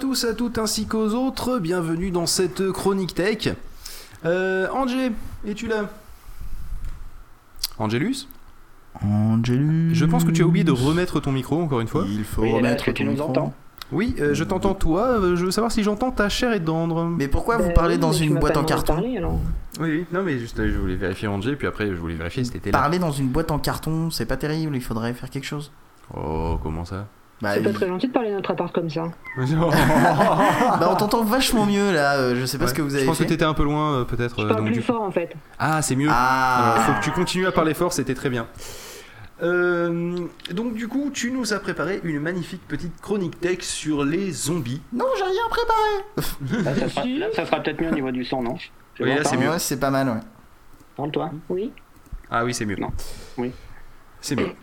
tous, à toutes ainsi qu'aux autres. Bienvenue dans cette chronique tech. Euh, Angé, es-tu là Angelus Angelus. Je pense que tu as oublié de remettre ton micro encore une fois. Il faut Oui, Hélène, est-ce remettre que tu ton nous micro. entends Oui, euh, je t'entends toi. euh, je veux savoir si j'entends ta chair et dendre. Mais pourquoi Ah, vous Bah parlez oui, dans mais tu une m'as boîte pas en demandé de carton parler, alors. Oui, oui. non mais juste euh, je voulais vérifier Angé, puis après je voulais vérifier si t'étais là. Parler dans une boîte en carton, c'est pas terrible, il faudrait faire quelque chose. Oh, comment ça Bah, C'est pas il- très gentil de parler de notre appart comme ça. bah, on t'entend vachement mieux là, euh, je sais pas Ouais. ce que vous Je avez pense que fait. t'étais un peu loin, euh, peut-être. Je euh, parle donc plus du- fort en fait. Ah, c'est mieux. Euh, Alors, faut Ah que tu continues à parler fort, c'était très bien. Euh, donc du coup, tu nous as préparé une magnifique petite chronique tech sur les zombies. Non, j'ai rien préparé Bah, ça sera- Là, ça sera peut-être mieux au niveau du son, non Je vois Oui, là, pas. Hein, c'est mieux. Ouais, c'est pas mal, ouais. Parle-toi. Oui. Ah oui, c'est mieux. Non. Oui. C'est mieux. Non,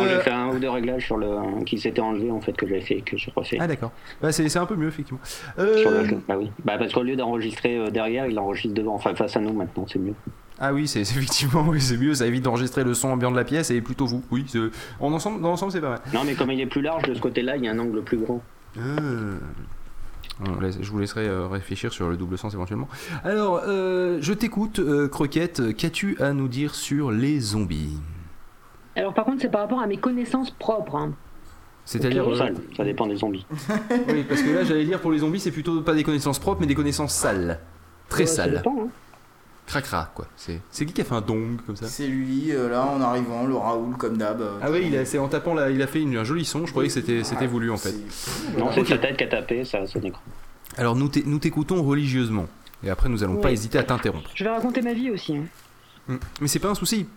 Euh, j'ai fait un ou deux réglages sur le qui s'était enlevé en fait que j'avais fait que j'ai refait. Ah d'accord. Bah, c'est c'est un peu mieux effectivement. Sur Euh, le- Bah oui. Bah parce qu'au lieu d'enregistrer euh, derrière, il enregistre devant, enfin face à nous maintenant, c'est mieux. Ah oui, c'est c'est effectivement oui, c'est mieux, ça évite d'enregistrer le son ambiant de la pièce et plutôt vous. Oui, c'est- en ensemble, dans l'ensemble c'est pas mal. Non mais comme il est plus large de ce côté-là, il y a un angle plus grand. Euh, On laisse- je vous laisserai euh, réfléchir sur le double sens éventuellement. Alors, euh, je t'écoute, euh, Croquette. Qu'as-tu à nous dire sur les zombies Alors par contre, c'est par rapport à mes connaissances propres. hein. C'est-à-dire, Ça, euh, ça dépend des zombies. oui, parce que là, j'allais dire pour les zombies, c'est plutôt pas des connaissances propres, mais des connaissances sales, très Euh, Ouais, ça sales, dépend, hein. cracra quoi. C'est c'est qui qui a fait un dong comme ça C'est lui, euh, là, en arrivant, le Raoul, comme d'hab. euh, Ah oui, il a- c'est en tapant, là, il a fait une- un joli son. Je croyais que c'était c'était voulu en fait. c'est- Non, c'est sa tête qui a tapé, ça, ça décroche. Alors nous t'é- nous t'écoutons religieusement. Et après, nous allons Oui. pas hésiter à t'interrompre. Je vais raconter ma vie aussi. hein. Mm. Mais c'est pas un souci.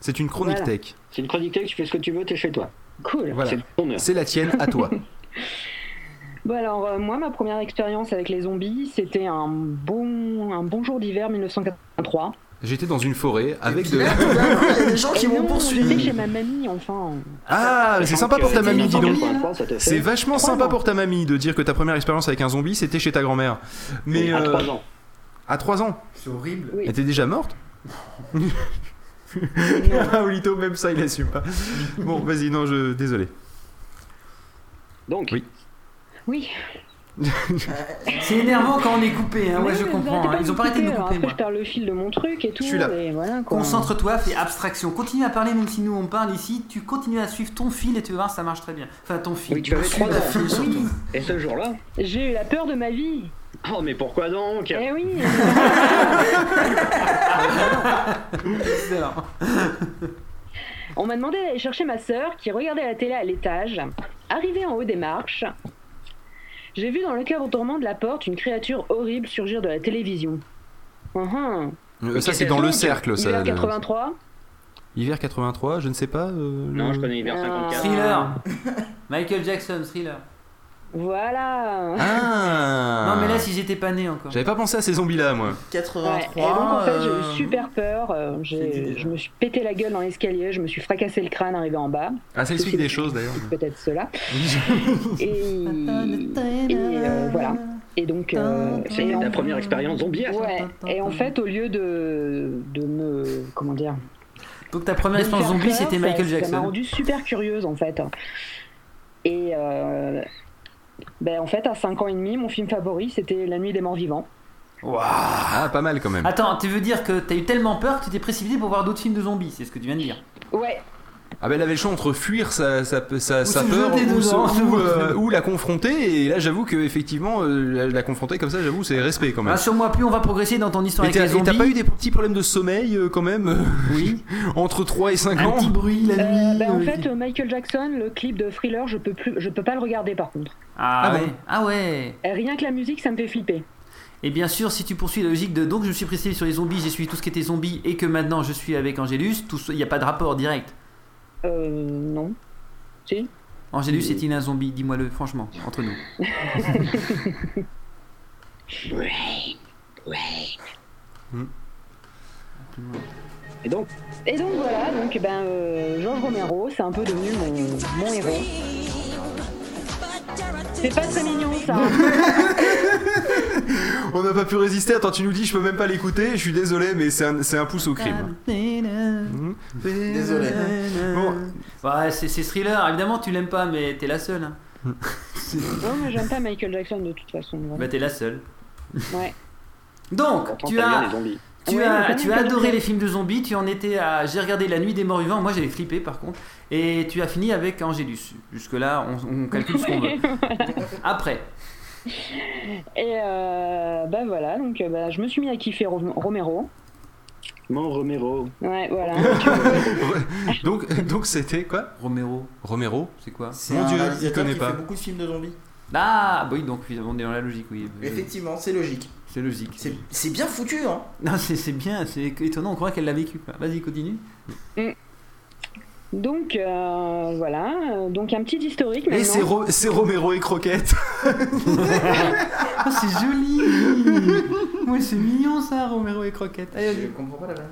C'est une chronique Voilà. tech. C'est une chronique texte, tu fais ce que tu veux, t'es chez toi. Cool. Voilà. C'est ton heure. C'est la tienne, à toi. Bon alors euh, moi ma première expérience avec les zombies, c'était un bon un bon jour d'hiver 1983. J'étais dans une forêt avec Et de. puis là, tout d'un coup, Il y a des gens qui Et m'ont non, j'étais poursuivi. chez ma mamie enfin. Ah, c'est sympa pour ta c'est mamie, dis donc. 1983, ça te fait C'est vachement Trois sympa ans. pour ta mamie de dire que ta première expérience avec un zombie c'était chez ta grand-mère. Mais à euh, 3 ans. à 3 ans, C'est horrible. Oui. elle était déjà morte. Non. Ah, Olito, même ça il assume pas. Bon, vas-y, non, je désolé. Donc, Oui. Oui. C'est énervant quand on est coupé, hein. Mais ouais, oui, je mais comprends. arrêtez hein. pas de Ils ont pas arrêté de nous alors couper, Après moi. je perds le fil de mon truc et tout. Je suis là. Et voilà quoi. Concentre-toi, fais abstraction. Continue à parler, même si nous on parle ici. Tu continues à suivre ton fil et tu vas voir, ça marche très bien. Enfin, ton fil. Oui, tu avais Suis trois ta ans. file, surtout. et ce jour-là, J'ai eu la peur de ma vie. oh mais pourquoi donc Eh oui. Excellent. Euh. On m'a demandé d'aller chercher ma sœur qui regardait la télé à l'étage. Arrivée en haut des marches, j'ai vu dans le cadre tournant de la porte une créature horrible surgir de la télévision. Hum, hum. Euh, ça qu'est-ce c'est dans que le c'est cercle, ça. Hiver le- 83 Hiver 83, je ne sais pas. euh, Non, le- je connais l'hiver Ah. 54. Thriller. Michael Jackson, thriller. Voilà. Ah. Non, mais là, si j'étais pas né encore. J'avais pas pensé à ces zombies-là, moi. Ouais. Et donc en 83. fait j'ai eu euh, super peur, euh, j'ai- C'est dit déjà. je me suis pété la gueule dans l'escalier, je me suis fracassé le crâne arrivé en bas, Ah, ça explique des choses d'ailleurs. peut-être cela. Et, et, euh, voilà. Et donc euh, C'était et en- ta première expérience zombie. hein. Ouais. Et en fait au lieu de de me comment dire Donc ta de première me expérience faire zombie, peur, c'était ça- Michael Ça m'a Jackson. rendu super curieuse en fait. Et euh, ben, en fait, à 5 ans et demi, mon film favori c'était La nuit des morts vivants. Ah, pas mal quand même. Attends, tu veux dire que t'as eu tellement peur que tu t'es précipité pour voir d'autres films de zombies, c'est ce que tu viens de dire. Ouais, Ah ben elle avait le choix entre fuir sa, sa, sa, sa se peur jeter ou, dedans. se- ou, euh, ou la confronter et là j'avoue que effectivement euh, la, la confronter comme ça j'avoue c'est respect quand même. Rassure-moi, plus on va progresser dans ton histoire Mais avec les t'as- et t'as zombies. pas eu des petits problèmes de sommeil euh, quand même euh, Oui. entre 3 et 5 Un ans petit bruit la nuit. Euh, ben, en euh, fait, euh, Michael Jackson, le clip de Thriller, je peux plus, je peux pas le regarder par contre. Ah, Ah ouais. bon. Ah ouais. Euh, Rien que la musique, ça me fait flipper. Et bien sûr, si tu poursuis la logique de donc je me suis précipité sur les zombies, j'ai suivi tout ce qui était zombie et que maintenant je suis avec Angélus, tout ce- il n'y a pas de rapport direct. Euh, non. Si. Angélus est-il un zombie Dis-moi-le franchement, entre nous. Et donc, Et donc voilà, donc ben euh, Georges Romero, c'est un peu devenu mon, mon héros. C'est pas très mignon ça. On n'a pas pu résister, attends tu nous dis je peux même pas l'écouter, je suis désolé mais c'est un, c'est un pouce au crime. Mhm. Désolé. Ouais, c'est c'est thriller, évidemment tu l'aimes pas, mais t'es la seule. hein. C'est- Non, mais j'aime pas Michael Jackson de toute façon. donc. Bah t'es la seule. Ouais. Donc, Pourtant, tu t'as bien as, les zombies. tu Ouais, as, mais tu quand as même, adoré j'aime les films de zombies, tu en étais à... J'ai regardé La Nuit des Morts Vivants, moi j'avais flippé par contre, et tu as fini avec Angélus. Jusque-là, on, on calcule ce qu'on veut. Après, Et euh, bah voilà, donc euh, bah, je me suis mis à kiffer Rom- Romero. Mon Romero. Ouais, voilà. Ouais. donc, donc c'était quoi Romero, Romero c'est quoi C'est Mon un Dieu, réalisateur il connaît qui pas. fait beaucoup de films de zombies. Ah, bah oui, donc oui, on est dans la logique, oui. Effectivement, c'est logique. C'est logique. C'est c'est bien foutu, hein. Non, c'est c'est bien, c'est étonnant, on croit qu'elle l'a vécu. quoi. Vas-y, continue. donc euh, voilà, euh, donc un petit historique Et c'est maintenant. Ro- c'est Romero et Croquette. Ah, c'est joli Ouais, c'est mignon ça, Romero et Croquette. Allez, Je vas-y. comprends pas la vanne.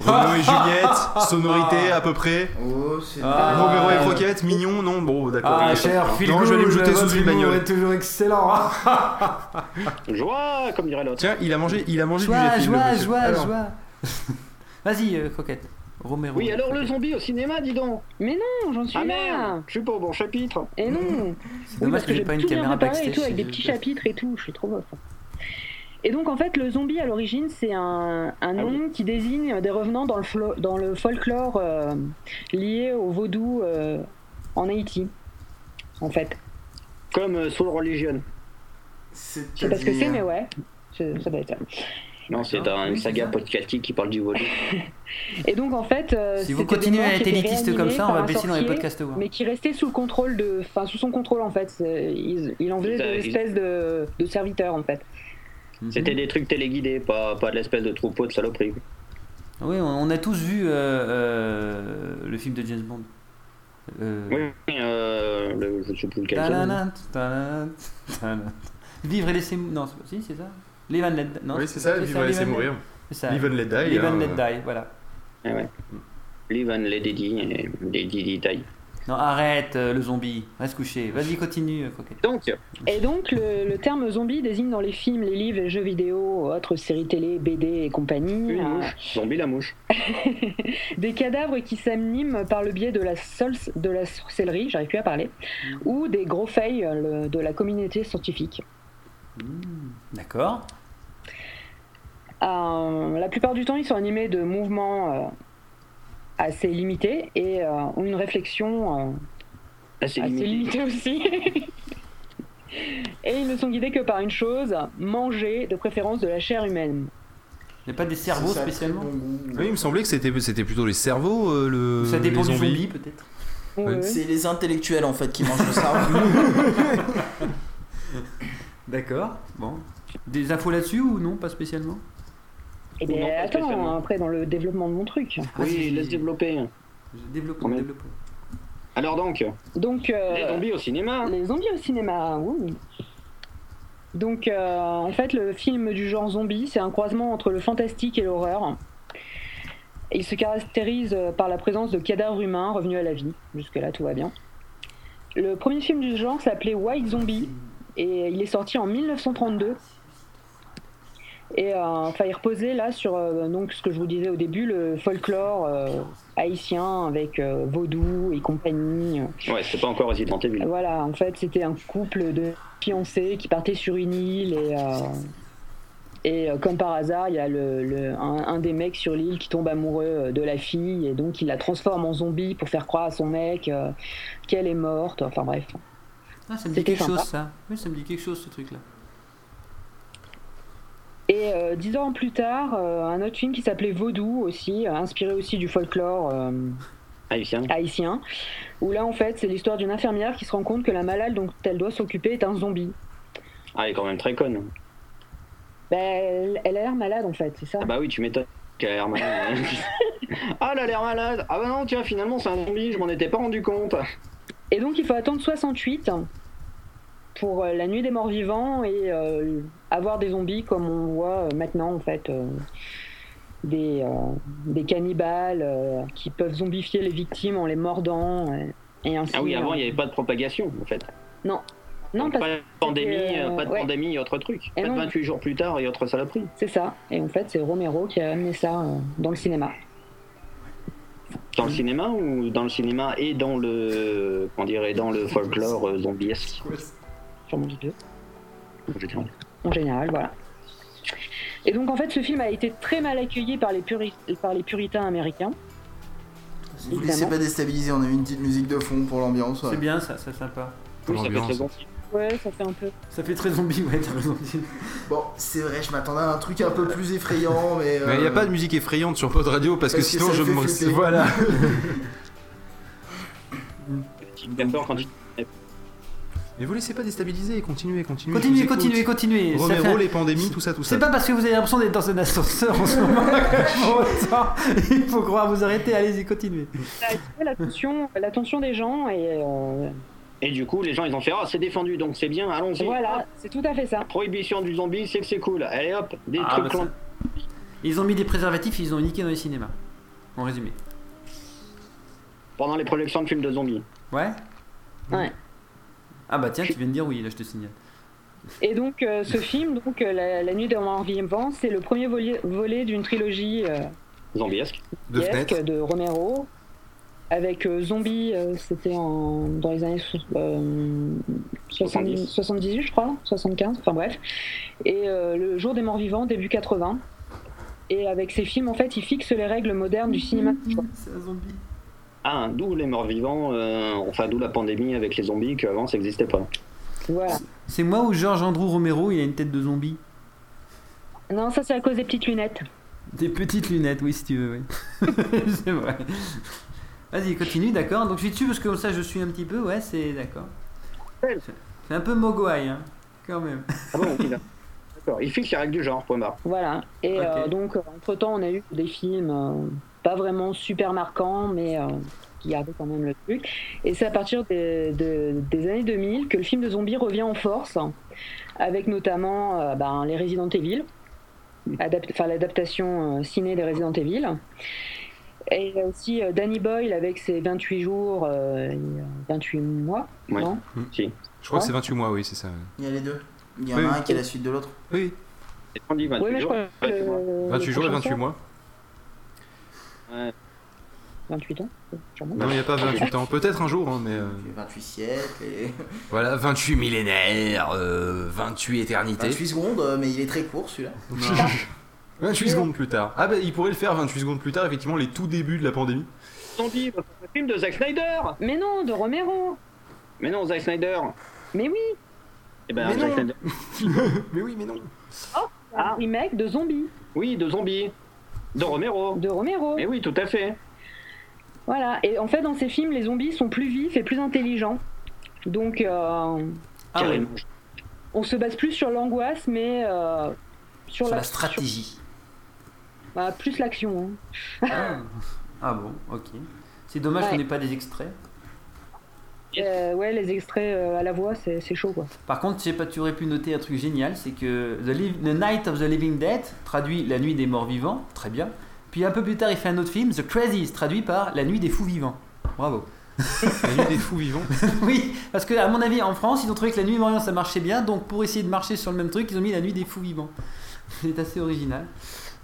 Romeo et Juliette, sonorité à peu près. Oh, c'est. Ah. Romero et Croquette, mignon, non Bon, d'accord. Ah, Ouais. cher Phil Non, je vais aller me jeter sous une bagnole. Ah, est toujours excellent. hein. Joie, comme dirait l'autre. Tiens, il a mangé, il a mangé du Joie, géphine, le joie, monsieur. joie, Alors. joie. Vas-y, euh, Croquette. Romero. Oui, et alors le Croquette. zombie au cinéma, dis donc. Non, j'en suis Ah là. merde, je suis pas au bon chapitre. Et non. C'est Oui, dommage parce que j'ai pas une tout bien caméra préparé backstage. et tout, avec c'est des petits juste- chapitres et tout, je suis trop bof. Et donc en fait, le zombie à l'origine, c'est un, Ah un nom qui désigne des revenants dans le, flo- dans le folklore euh, lié au vaudou euh, en Haïti, en fait. Comme euh, Soul Religion. Je sais pas ce que c'est, mais C'est-à-dire. ouais, c'est- ça doit être ça. Non, c'est un- une saga podcastique qui parle du vaudou. Et donc en fait, euh, Si vous c'était des continuez gens à qui être étaient élitiste comme réanimés ça, on par va un baisser dans les sorcier, podcasts. voir. Mais qui restait sous le contrôle de, enfin sous son contrôle en fait. C'est- Il, il en faisait Ils a- des ils- espèces de, de serviteurs en fait. Mhm. C'était des trucs téléguidés, pas, pas de l'espèce de troupeau de saloperies. Oui, on- on a tous vu euh, euh, le film de James Bond. Euh, Oui, euh, le- je sais plus lequel. Tadadam, tadadam, tadadam. Vivre et laisser mourir. Non, c'est pas- si, c'est ça. Live and let die. Non, Oui, c'est ça, vivre et laisser Live and let- mourir. C'est ça. Live and let die. Live and hein. let die, voilà. Ah ouais. Live and let Didi, et les Didi die. Non, arrête euh, le zombie. Reste couché. Vas-y, continue, euh, Croquette. Donc, Et donc le, le terme zombie désigne dans les films, les livres, les jeux vidéo, autres séries télé, BD et compagnie, une euh, mouche, zombie la mouche. des cadavres qui s'animent par le biais de la, sol- de la sorcellerie, j'arrive plus à parler, Mm. ou des gros fails euh, le- de la communauté scientifique. D'accord. Euh, la plupart du temps, ils sont animés de mouvements euh, assez limités et euh, ont une réflexion euh, Ah, c'est assez limité. limitée aussi. et ils ne sont guidés que par une chose manger, de préférence de la chair humaine. Il n'y a pas des cerveaux C'est ça, spécialement très bon goût. Oui, il me semblait que c'était c'était plutôt les cerveaux, euh, le. Ça dépend les du zombies. zombie, peut-être. Ouais, Ouais. ouais. C'est les intellectuels en fait qui mangent le cerveau. D'accord. Bon. Des infos là-dessus ou non Pas spécialement Et Non, Eh bien, pas spécialement. attends, après, dans le développement de mon truc. c'est- Oui, laisse développer. Développons, Mais- développons. Alors donc, Donc, euh, les zombies au cinéma. hein. les zombies au cinéma. ouh. Donc, euh, en fait, le film du genre zombie, c'est un croisement entre le fantastique et l'horreur. Il se caractérise euh, par la présence de cadavres humains revenus à la vie. Jusque-là, tout va bien. Le premier film du genre s'appelait White Zombie et il est sorti en 1932. Et euh, enfin, il reposait là sur euh, donc ce que je vous disais au début, le folklore euh, haïtien avec euh, vaudou et compagnie. euh, Ouais, c'est pas encore Resident Evil. Voilà, en fait, c'était un couple de fiancés qui partaient sur une île et, euh, et euh, comme par hasard, il y a le, le- un, un des mecs sur l'île qui tombe amoureux euh, de la fille et donc il la transforme en zombie pour faire croire à son mec euh, qu'elle est morte. Enfin bref. Ah, ça me dit C'était quelque sympa. chose, ça. Oui, ça me dit quelque chose, ce truc-là. Et euh, dix ans plus tard, euh, un autre film qui s'appelait Vaudou aussi, euh, inspiré aussi du folklore euh, Haïtien. haïtien, où là en fait c'est l'histoire d'une infirmière qui se rend compte que la malade dont elle doit s'occuper est un zombie. Ah, elle est quand même très conne. Ben, elle, elle a l'air malade en fait, c'est ça. Ah bah oui, tu m'étonnes qu'elle a l'air malade. ah, elle a l'air malade. Ah bah non, tiens, finalement, c'est un zombie, je m'en étais pas rendu compte. Et donc il faut attendre 68 pour euh, la nuit des morts vivants et euh, avoir des zombies comme on voit euh, maintenant en fait. euh, des, euh, des cannibales euh, qui peuvent zombifier les victimes en les mordant euh, et ainsi. Ah oui, avant, euh. il n'y avait pas de propagation, en fait. Non, Donc, parce- pas de pandémie, c'était, euh, euh, pas de ouais. pandémie et autre truc. Et Pas de non. 28 jours plus tard et autre saloperie. c'est ça. Et en fait, c'est Romero qui a amené ça euh, dans le cinéma. Dans le cinéma ou dans le cinéma et dans le comment dire, et dans le folklore euh, zombiesque sur mon vidéo. comme je dirais. en général, voilà. Et donc en fait, ce film a été très mal accueilli par les, puri- par les puritains américains. Vous laissez pas déstabiliser, on a mis une petite musique de fond pour l'ambiance. ouais. C'est bien ça, c'est sympa. Oui, ça fait L'ambiance. très bon. Ouais, ça fait un peu. Ça fait très zombie, ouais, t'as raison. Bon, c'est vrai, je m'attendais à un truc un peu plus effrayant, mais. Mais il n'y a euh, pas de musique effrayante sur Pod Radio parce, parce que que sinon ça je fait me. flipper. Voilà. D'accord, quand il- Mais vous laissez pas déstabiliser, continuez, continuez. je Continuez, vous écoute. continuez, continuez. Ça Romero, fait- les pandémies, tout ça, tout ça. C'est pas parce que vous avez l'impression d'être dans un ascenseur en ce moment que pour autant, il faut croire vous arrêter. Allez-y, continuez. Ça a attiré l'attention, l'attention des gens et euh, Et du coup, les gens, ils ont fait Ah, c'est défendu, donc c'est bien, allons-y. voilà, c'est tout à fait ça. Prohibition du zombie, c'est que c'est cool. Allez hop, des Ah, trucs bah, clan- ça- Ils ont mis des préservatifs, ils ont niqué dans les cinémas. En résumé. pendant les projections de films de zombies. Ouais Ouais. Ah bah tiens, tu viens de dire oui, là je te signale. Et donc euh, ce film, donc euh, la, La nuit des morts vivants, c'est le premier volet, volet d'une trilogie euh, Zombiesque. De Yes, fenêtre. de Romero avec euh, Zombie, euh, c'était en- dans les années so- euh, 70, 70. 78, je crois, 75, enfin bref. Et euh, Le Jour des Morts Vivants, début 80. Et avec ces films, en fait, il fixe les règles modernes du cinéma. C'est un zombie. Ah, d'où les morts vivants, euh, enfin d'où la pandémie avec les zombies, qu'avant ça n'existait pas. Voilà. C'est moi ou Georges Andrew Romero, il a une tête de zombie Non, ça, c'est à cause des petites lunettes. Des petites lunettes, oui, si tu veux, oui. c'est vrai. Vas-y, continue, d'accord. Donc je suis dessus parce que comme ça je suis un petit peu, ouais, c'est d'accord. C'est un peu Mogwai, hein, quand même. Ah bon, oui, là. D'accord, il fixe les règles du genre, point barre. Voilà. Et Ok. euh, donc, entre temps, on a eu des films euh, pas vraiment super marquants, mais euh, qui gardaient quand même le truc. Et c'est à partir des, de- des années 2000 que le film de zombies revient en force, avec notamment euh, ben, les Resident Evil, Adap- enfin l'adaptation euh, ciné des Resident Evil. Et aussi euh, Danny Boyle avec ses 28 jours, euh, et, euh, 28 mois, Ouais. non Je crois que c'est 28 mois, oui, c'est ça. Il y a les deux. Il y en a Oui. un qui est la suite de l'autre. Oui, Et on dit bah, 28 Ouais, mais je jours, crois que 28 mois. le- 28 le jours et prochain 28 sort, mois. 28 ans sûrement. Non, il n'y a pas 28 ans. Peut-être un jour, hein, mais. euh, Le 28 siècles et. Voilà, 28 millénaires, euh, 28 éternités. 28 secondes, euh, mais il est très court celui-là. 28 secondes plus tard. Ah bah il pourrait le faire 28 secondes plus tard, effectivement, les tout débuts de la pandémie. Zombie, bah, le film de Zack Snyder Mais non, de Romero Mais non, Zack Snyder Mais oui Eh ben, Mais Zack non. Snyder. Mais oui, mais non. Ah. Un remake de Zombie Oui, de zombies. De Romero. de Romero. Mais oui, tout à fait. Voilà. Et en fait, dans ces films, les zombies sont plus vifs et plus intelligents. Donc, euh, Ah ouais. Carrément. on se base plus sur l'angoisse, mais euh, sur, Sur la, la stratégie. sur- bah, plus l'action. hein. Ah. Ah bon, ok. C'est dommage Ouais. qu'on n'ait pas des extraits. Euh, ouais, les extraits euh, à la voix, c'est c'est chaud, quoi. Par contre, je sais pas, tu aurais pu noter un truc génial, c'est que the, Liv- The Night of the Living Dead traduit La Nuit des Morts Vivants, très bien. Puis un peu plus tard, il fait un autre film, The Crazies, traduit par La Nuit des Fous Vivants. Bravo. La nuit des fous vivants. oui, parce que à mon avis, en France, ils ont trouvé que La Nuit des Morts Vivants ça marchait bien, donc pour essayer de marcher sur le même truc, ils ont mis La Nuit des Fous Vivants. C'est assez original.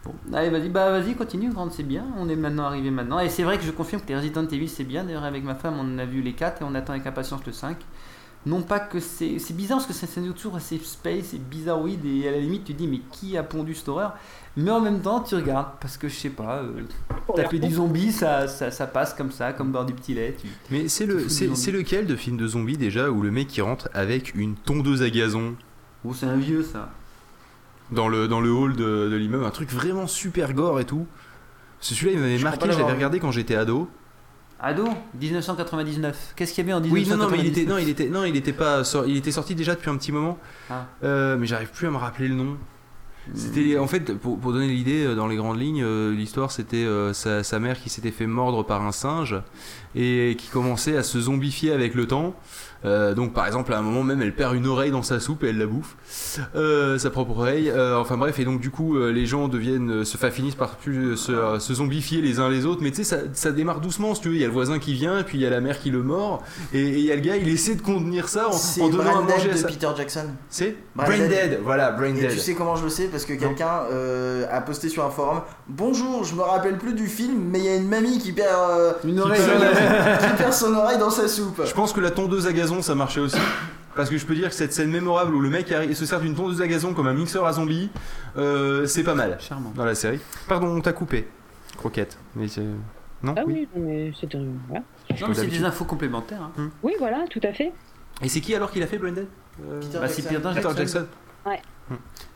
Bon, allez, vas-y, bah vas-y, continue, grande, c'est bien. On est maintenant arrivé maintenant. Et c'est vrai que je confirme que les Resident Evil, c'est bien. D'ailleurs, avec ma femme, on en a vu les 4 et on attend avec impatience le 5. Non pas que c'est... C'est bizarre parce que ça sonne toujours assez space et bizarroïde et à la limite tu te dis mais qui a pondu cette horreur Mais en même temps tu regardes parce que je sais pas, euh, Oh, taper du zombie ça, ça, ça passe comme ça, comme boire du petit lait. Tu... Mais c'est Des le, fous c'est, vivants. c'est lequel de film de zombies déjà où le mec qui rentre avec une tondeuse à gazon Oh c'est un vieux ça. dans le, dans le hall de, de l'immeuble, un truc vraiment super gore et tout. Parce que Celui-là il m'avait Je crois pas marqué, je l'avoir l'avais vu. regardé quand j'étais ado. Ado 1999. Qu'est-ce qu'il y avait en Oui, non, non, mais il 1999 était, non, il était, non, il était pas, sor- il était sorti déjà depuis un petit moment. Ah. Euh, mais j'arrive plus à me rappeler le nom. C'était en fait pour, pour donner l'idée euh, dans les grandes lignes, euh, l'histoire c'était euh, sa, sa mère qui s'était fait mordre par un singe et qui commençait à se zombifier avec le temps Euh, donc par exemple à un moment même elle perd une oreille dans sa soupe et elle la bouffe, Euh, sa propre oreille. Euh, enfin bref et donc du coup euh, les gens deviennent euh, se enfin, finissent par plus, euh, se, euh, se zombifier les uns les autres. Mais tu sais ça, ça démarre doucement si tu veux. Il y a le voisin qui vient et puis il y a la mère qui le mord et et il y a le gars il essaie de contenir ça C'est en, en donnant à Branded manger à de ça. Peter Jackson. C'est Brain Brain Dead. Dead. Voilà Brain Et Dead. tu sais comment je le sais Parce que quelqu'un euh, a posté sur un forum Bonjour, je me rappelle plus du film, mais il y a une mamie qui perd, euh, Une qui, oreille. perd qui perd son oreille dans sa soupe. Je pense que la tondeuse à gazon, ça marchait aussi. Parce que je peux dire que cette scène mémorable où le mec arrive- se sert d'une tondeuse à gazon comme un mixeur à zombies, euh, c'est pas mal Ah, Charmant. dans la série. Pardon, on t'a coupé. Croquette. Mais c'est- non Ah oui, mais c'était. Voilà. Non, mais c'est des infos complémentaires. hein. Oui, voilà, tout à fait. Et c'est qui alors qui l'a fait, Blended Peter Bah, c'est Jackson. Peter Peter Jackson.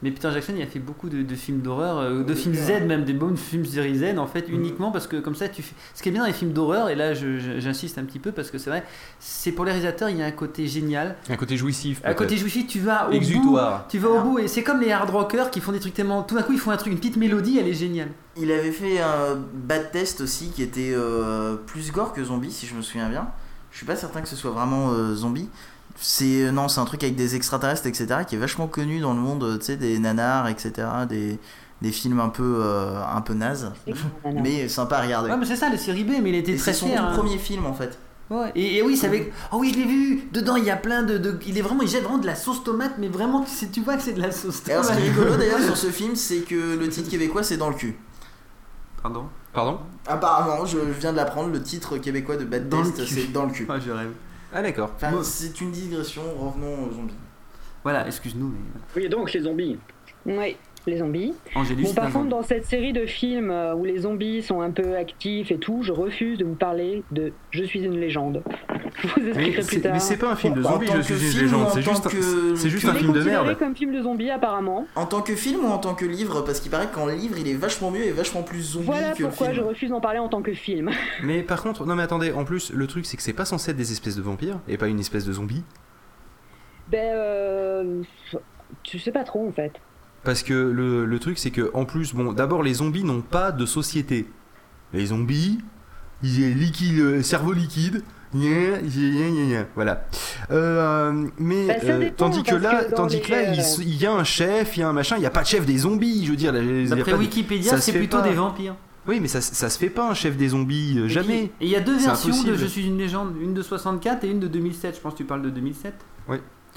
Mais Peter Jackson, il a fait beaucoup de, de films d'horreur, euh, de Oui, films bien. Z même, des bons films série Z en Mm. fait, uniquement parce que comme ça, tu fais... ce qui est bien dans les films d'horreur, et là je- je- j'insiste un petit peu parce que c'est vrai, c'est pour les réalisateurs, il y a un côté génial. Un côté jouissif. Un côté jouissif, tu vas au bout. exutoire. Tu vas au bout, et c'est comme les hard rockers qui font des trucs tellement. Tout d'un coup, ils font un truc, une petite mélodie, elle est géniale. Il avait fait un bad test aussi qui était euh, plus gore que zombie, si je me souviens bien. Je suis pas certain que ce soit vraiment euh, zombie. C'est euh, non, c'est un truc avec des extraterrestres, etc., qui est vachement connu dans le monde, euh, tu sais, des nanars, etc., des, des films un peu euh, un peu nazes, Et- mais sympa à regarder. Oh. Ouais, mais c'est ça, les séries B, mais il était Et très c'est son fier. tout hein. premier film en fait. Ouais. Et, et oui, c'est avec. Oh oui, je l'ai vu. Dedans, il y a plein de, de- Il est vraiment, il jette vraiment de la sauce tomate, mais vraiment, tu, sais- tu vois que c'est de la sauce Et alors, tomate. ce qui est Ah, rigolo d'ailleurs sur ce film, c'est que le titre québécois c'est dans le cul. Pardon. Pardon Apparemment, je viens de l'apprendre, le titre québécois de Bad Dans le Test cul. c'est dans le cul. Ah, je rêve. Ah d'accord. Enfin, Moi- c'est une digression, revenons aux zombies. Voilà, excuse-nous, mais. Oui, voilà. donc les zombies. Oui, les zombies. Angélus, Bon, c'est un par contre, zombie. dans cette série de films euh, où les zombies sont un peu actifs et tout, je refuse de vous parler de Je suis une légende. Je vous Mais expliquerai plus c'est tard. mais c'est pas un film de En zombie, tant je que suis une film ou légende. en C'est tant juste, que- c'est juste que- un Il est film de considéré merde. comme film de zombies apparemment. En tant que film ou en tant que livre Parce qu'il paraît qu'en livre il est vachement mieux et vachement plus zombie Voilà que le pourquoi je film. refuse d'en parler en tant que film. Mais par contre, non mais attendez, en plus, le truc c'est que c'est pas censé être des espèces de vampires et pas une espèce de zombie. ben, euh, tu sais pas trop en fait. Parce que le, le truc, c'est que en plus, bon, d'abord, les zombies n'ont pas de société. Les zombies, ils est liquide, euh, cerveau liquide. gna, gna, gna, gna, Voilà. Euh, mais Bah, ça euh, dépend, tandis que parce là, que dans tandis que là, les- euh, il s- il y a un chef, il y a un machin, il n'y a pas de chef des zombies. Je veux dire, là, il y a D'après pas de- ça Wikipédia, se c'est fait plutôt pas. des vampires. oui, mais ça, ça se fait pas un chef des zombies, euh, Et jamais. puis- Et il y a deux C'est versions impossible. de Je suis une légende, une de 64 et une de 2007. Je pense que tu parles de 2007.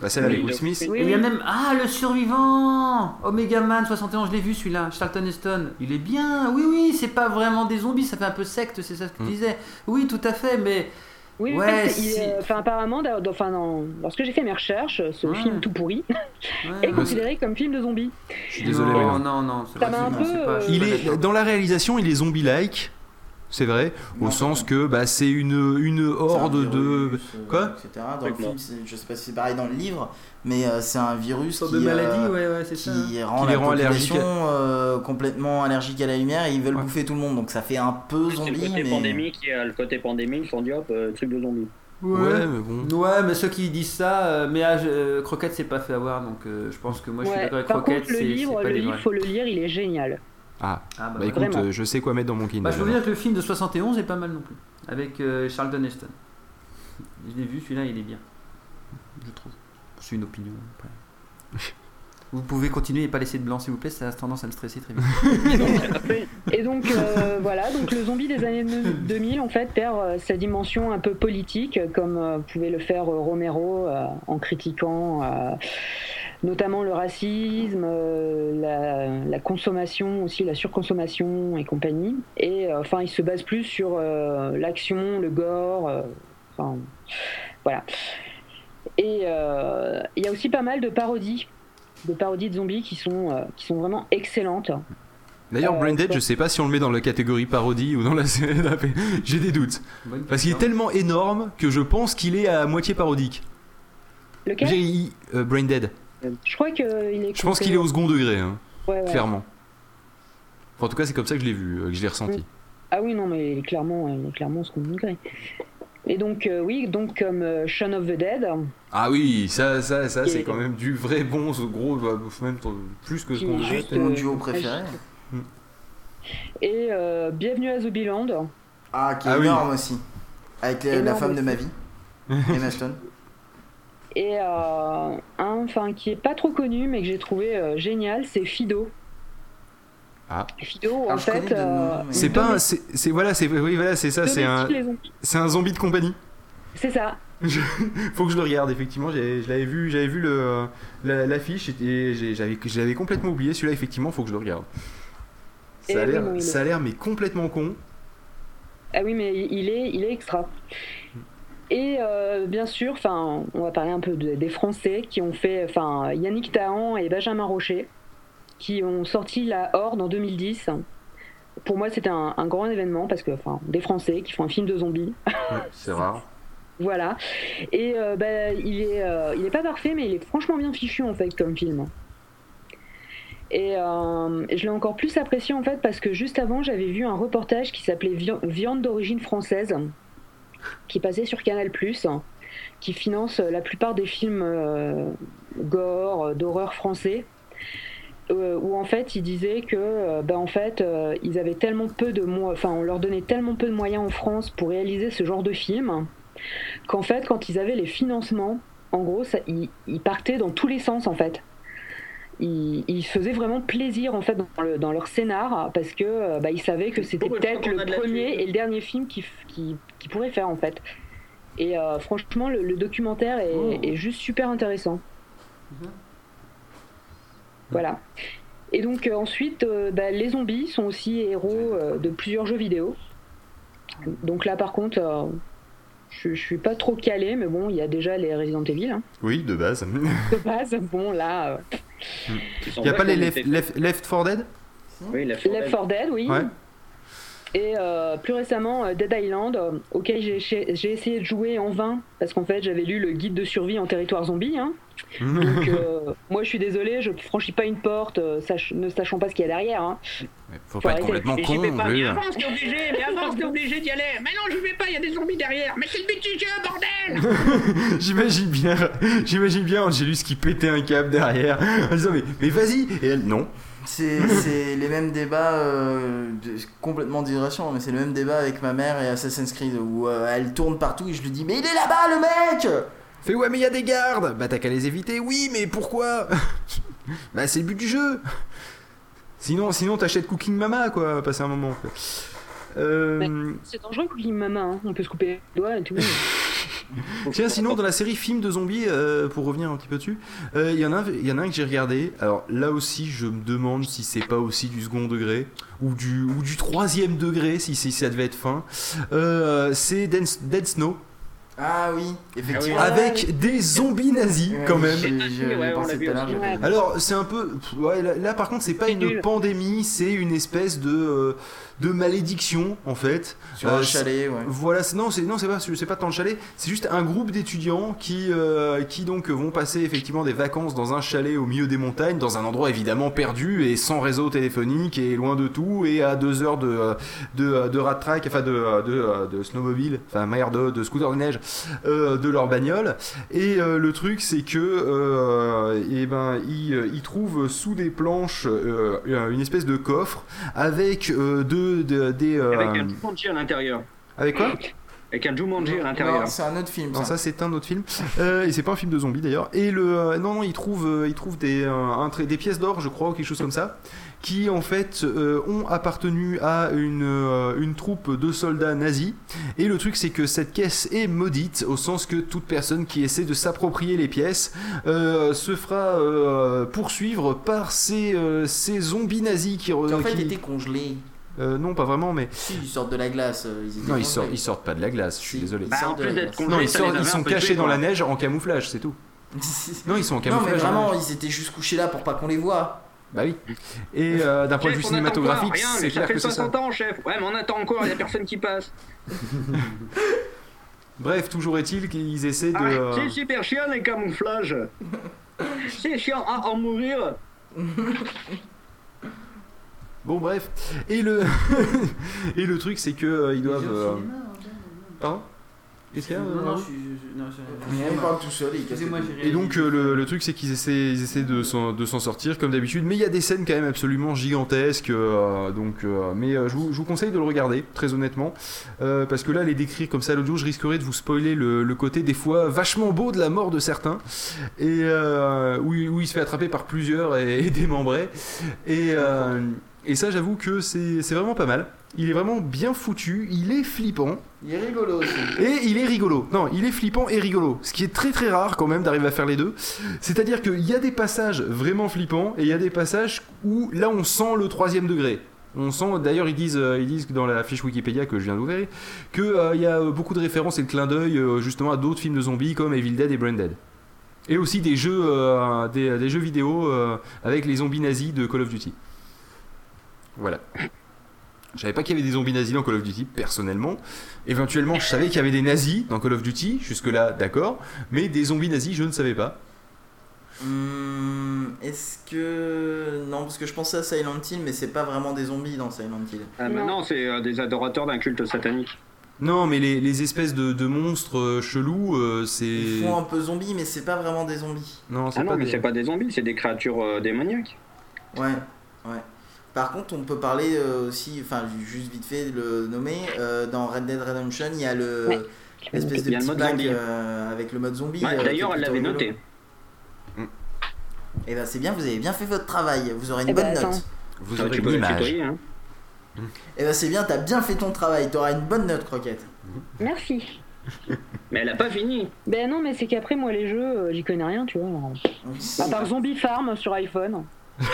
Bah, celle avec Oui, Will le- Smith. Oui, et il y a oui. même ah le survivant, Omega Man 71. Je l'ai vu celui-là, Charlton Heston. Il est bien. Oui oui, c'est pas vraiment des zombies, ça fait un peu secte, c'est ça ce que Mm. tu disais. Oui tout à fait, mais Oui, Ouais, parce que il si. est- enfin, apparemment, dans- dans- enfin, dans- lorsque j'ai fait mes recherches, ce Ouais. film tout pourri Ah, Ouais, est considéré comme film de zombies. Je suis désolé, Non mais non. non non. c'est Ça vrai, m'a un c'est- peu, c'est pas- euh, je suis Il pas est d'accord. dans la réalisation, il est zombie-like. C'est vrai, au Non, sens non. que bah, c'est une, une C'est un horde de. virus, euh, quoi etc. Dans le Avec moi. film, c'est- je sais pas si c'est pareil dans le livre, mais euh, c'est un virus Sorte qui, de euh, maladie, ouais ouais, c'est ça. qui rend Qui les la rend allergiques à- population euh, complètement allergique à la lumière et ils veulent Ouais. bouffer tout le monde, donc ça fait un peu C'est le zombie. côté mais... pandémique et euh, le côté pandémique, ils sont dit hop, euh, truc de zombie. Ouais, mais bon. Ouais, mais ceux qui disent ça, euh, mais ah, je- euh, Croquette s'est pas fait avoir, donc euh, je pense que moi je suis Ouais. d'accord avec Par Croquette. contre, le c'est- c'est livre, pas le des livre, vrais. faut le lire, il est génial. Ah, Ah, bah, bah ouais. écoute, Vraiment. euh, je sais quoi mettre dans mon Kindle. Bah, je peux vous alors. dire que le film de 71 est pas mal non plus, avec euh, Charlton Heston. Je l'ai vu, celui-là il est bien. Je trouve. C'est une opinion. après. vous pouvez continuer et pas laisser de blanc s'il vous plaît, ça a tendance à me stresser très vite. Et donc, euh, voilà, donc le zombie des années 2000, en fait, perd euh, sa dimension un peu politique, comme euh, pouvait le faire euh, Romero euh, en critiquant euh, notamment le racisme, euh, la, la consommation aussi, la surconsommation et compagnie. Et euh, enfin, il se base plus sur euh, l'action, le gore, euh, enfin, voilà. Et euh, il y a aussi pas mal de parodies, de parodies de zombies qui sont, euh, qui sont vraiment excellentes. D'ailleurs, Euh, Branded, quoi. je sais pas si on le met dans la catégorie parodie ou dans la série d'après. J'ai des doutes. Bonne Parce qu'il est question. tellement énorme que je pense qu'il est à moitié parodique. Lequel J'ai il- euh, Branded. Je crois qu'il est. Je pense qu'il est au second degré, hein, euh, Ouais, ouais. clairement. Enfin, en tout cas, c'est comme ça que je l'ai vu, euh, que je l'ai ressenti. Ah oui, non, mais il est clairement, il est clairement ce qu'on voudrait. Et donc, euh, oui, donc comme euh, Shaun of the Dead, Ah oui, ça, ça, ça, Qui c'est est- quand même du vrai bon, ce gros, bah, même t- plus que ce qui qu'on est dit. juste. Mon euh, duo préféré. magique. Hmm. Et euh, Bienvenue à Zombieland. Ah, qui est Ah oui. énorme aussi. Avec la- la Énorme femme de aussi. ma vie, Emma Stone. Et euh, un enfin, qui est pas trop connu, mais que j'ai trouvé euh, génial, c'est Fido. Ah. Fido, Ah, en je fait. connais de nom, euh, mais- C'est de pas, un- mes- c'est c'est- voilà, c'est oui, voilà, c'est ça, de c'est mes un, petits, les zombies. c'est un zombie de compagnie. C'est ça. Faut que je le regarde effectivement. j'ai- Je l'avais vu, j'avais vu le la- l'affiche et j'ai- j'avais, je l'avais complètement oublié. Celui-là effectivement, faut que je le regarde. Et Ça a oui, l'air, non, il est- ça a l'air mais complètement con. Ah oui, mais il est, il est extra. Et euh, bien sûr, enfin, on va parler un peu de- des Français qui ont fait, enfin, Yannick Tahan et Benjamin Rocher, qui ont sorti la Horde en 2010. Pour moi, c'était un, un grand événement parce que, enfin, des Français qui font un film de zombies, c'est rare. voilà. Et euh, bah, il est, euh, il est pas parfait, mais il est franchement bien fichu en fait comme film. Et euh, je l'ai encore plus apprécié en fait parce que juste avant j'avais vu un reportage qui s'appelait Via- Viande d'origine française, qui passait sur Canal qui finance la plupart des films euh, gore euh, d'horreur français, euh, où en fait ils disaient que euh, ben, en fait euh, ils avaient tellement peu de mo- enfin on leur donnait tellement peu de moyens en France pour réaliser ce genre de film qu'en fait quand ils avaient les financements, en gros ça- ils, ils partaient dans tous les sens en fait. Ils, ils se faisaient vraiment plaisir en fait dans, le- dans leur scénar parce que euh, bah, ils savaient que c'était Bon, bah, je peut-être crois qu'on le a de la premier thune. et le dernier film qu'ils f- qu'ils- qu'ils pourraient faire en fait. Et euh, franchement, le, le documentaire est, Oh. est juste super intéressant. Mhm. Voilà. Et donc euh, ensuite, euh, bah, les zombies sont aussi héros euh, de plusieurs jeux vidéo. Donc là, par contre, euh, je, je suis pas trop calé, mais bon, il y a déjà les Resident Evil hein, Oui, de base. de base. Bon là, euh, Il y a pas les Left, Left, Left 4 Dead Oui, Left four Left Dead. 4 Dead, oui. Ouais. Et euh, plus récemment, euh, Dead Island, euh, auquel j'ai j'ai essayé de jouer en vain, parce qu'en fait, j'avais lu le guide de survie en territoire zombie. hein. Donc, euh, moi, je suis désolée, je franchis pas une porte, euh, sach- ne sachant pas ce qu'il y a derrière. hein. Faut pas pas être être complètement Et j'y con. vais pas. Mais avance, t'es obligé, mais avance, t'es obligé d'y aller. Mais non, je vais pas, il y a des zombies derrière. Mais c'est le but du jeu, bordel J'imagine bien, j'imagine bien Angelus qui pétait un câble derrière en disant mais, mais vas-y et elle non. C'est c'est les mêmes débats, euh, de- complètement d'irration, mais c'est le même débat avec ma mère et Assassin's Creed où euh, elle tourne partout et je lui dis Mais il est là-bas le mec Fait ouais mais il y a des gardes. Bah t'as qu'à les éviter. Oui mais pourquoi Bah c'est le but du jeu. Sinon sinon t'achètes Cooking Mama quoi à passer un moment. quoi. Euh, C'est dangereux, Cooking Mama, hein. on peut se couper les doigts et tout. Tiens, sinon, dans la série film de zombies, euh, pour revenir un petit peu dessus, euh, il y en a un- il y, en a un que j'ai regardé. Alors là aussi, je me demande si c'est pas aussi du second degré ou du, ou du troisième degré, si, si ça devait être fin. Euh, c'est Dead, Dead Snow Ah oui, effectivement. avec des zombies nazis Ouais, quand même. j'ai- j'ai- Ouais, j'ai on pensé l'a vu tout à l'heure, aussi. j'avais- Alors c'est un peu pff, ouais, là, là, par contre c'est pas C'est une nul. pandémie c'est une espèce de euh, de malédiction en fait Sur Euh, un c'est- chalet, ouais. Voilà, c'est- non, c'est non, c'est pas, c'est pas tant le chalet. C'est juste un groupe d'étudiants qui, euh, qui donc vont passer effectivement des vacances dans un chalet au milieu des montagnes, dans un endroit évidemment perdu et sans réseau téléphonique et loin de tout et à deux heures de euh, de, euh, de rat track, enfin de euh, de, euh, de snowmobile, enfin merde de, de scooter de neige, euh, de leur bagnole. Et euh, le truc, c'est que euh, eh ben ils, euh, ils trouvent sous des planches euh, une espèce de coffre avec euh, deux de- des euh, Avec un Jumanji à l'intérieur. avec quoi Avec un Jumanji à Non, l'intérieur. C'est un autre film. Non, ça. ça c'est un autre film. Euh, et c'est pas un film de zombie d'ailleurs. Et le euh, non non, il trouve euh, il trouve des euh, un trait- des pièces d'or, je crois, ou quelque chose comme ça, qui en fait euh, ont appartenu à une euh, une troupe de soldats nazis. Et le truc c'est que cette caisse est maudite au sens que toute personne qui essaie de s'approprier les pièces euh, se fera euh, poursuivre par ces euh, ces zombies nazis qui re- En fait, qui- ils étaient congelés. euh, non pas vraiment mais Si, ils sortent de la glace. euh, Ils étaient non ils congelés. sortent ils sortent pas de la glace. Je suis Si. désolé. Bah, en sortent de plus la d'être glace. congelés, Non, ils, ça sortent- les ils avait un sont peu cachés tués, dans quoi. la neige en camouflage, c'est tout. Non, ils sont en Non, mais camouflage. vraiment, ils étaient juste couchés là pour pas qu'on les voit. Bah oui. Et euh, d'un point de vue Chef, on attend encore, cinématographique, rien, c'est mais ça clair fait que c'est ça. 60 ans, chef. Ouais, mais on attend encore, il y a personne qui passe. Bref, toujours est-il qu'ils essaient de. Ah, euh, C'est super chiant les camouflages. c'est chiant à en mourir. Bon, bref. Et le, Et le truc, c'est que euh, ils Les doivent. jeux au euh, cinéma, en fait. Pardon Qu'est-ce qu'il y a Non, non, Raoul je suis. je- non, je- Il parle tout seul. il casse Excusez-moi, les couilles. j'ai Et donc euh, le, le truc c'est qu'ils essaient, ils essaient de s'en de s'en sortir comme d'habitude, mais il y a des scènes quand même absolument gigantesques. euh, donc, euh, mais euh, je, vous, je vous conseille de le regarder très honnêtement, euh, parce que là les décrire comme ça à l'audio, je risquerais de vous spoiler le, le côté des fois vachement beau de la mort de certains, et euh, où, il- où il se fait attraper par plusieurs et, et démembré. Et, euh, et ça j'avoue que c'est c'est vraiment pas mal. Il est vraiment bien foutu, il est flippant. Il est rigolo aussi. Et il est rigolo. Non, il est flippant et rigolo. Ce qui est très très rare quand même d'arriver à faire les deux. C'est-à-dire qu'il y a des passages vraiment flippants et il y a des passages où là on sent le troisième degré. On sent, d'ailleurs, ils disent, euh, ils disent que dans la fiche Wikipédia que je viens d'ouvrir, qu'il y a euh, beaucoup de références et de clins d'œil euh, justement à d'autres films de zombies comme Evil Dead et Branded. Et aussi des jeux, euh, des, des jeux vidéo euh, avec les zombies nazis de Call of Duty. Voilà. Je savais pas qu'il y avait des zombies nazis dans Call of Duty, personnellement. Éventuellement, je savais qu'il y avait des nazis dans Call of Duty, jusque-là, d'accord, mais des zombies nazis, je ne savais pas. Hum, Est-ce que. Non, parce que je pensais à Silent Hill, mais c'est pas vraiment des zombies dans Silent Hill. Ah, Non. maintenant, c'est euh, des adorateurs d'un culte satanique. Non, mais les, les espèces de, de monstres euh, chelous, euh, Ils c'est. font un peu zombies, mais c'est pas vraiment des zombies. Non, c'est Ah non, pas mais des- c'est pas des zombies, c'est des créatures euh, démoniaques. Ouais, ouais. Par contre, on peut parler euh, aussi, enfin, ju- juste vite fait le nommer. euh, dans Red Dead Redemption, il y a le. Ouais. L'espèce de Il y a le petit mode pack zombie. euh, avec le mode zombie. Ouais, euh, D'ailleurs, qui est elle plutôt l'avait rigolo. noté. Eh ben, c'est bien, vous avez bien fait votre travail. Vous aurez une Eh bonne ben, attends. note. Vous Ah, aurez tu une peux la image. tutoyer, hein. Eh ben, c'est bien, t'as bien fait ton travail. T'auras une bonne note, Croquette. Merci. Mais elle a pas fini. Ben non, mais c'est qu'après, moi, les jeux, euh, j'y connais rien, tu vois. alors. Donc, À part Zombie Farm sur iPhone.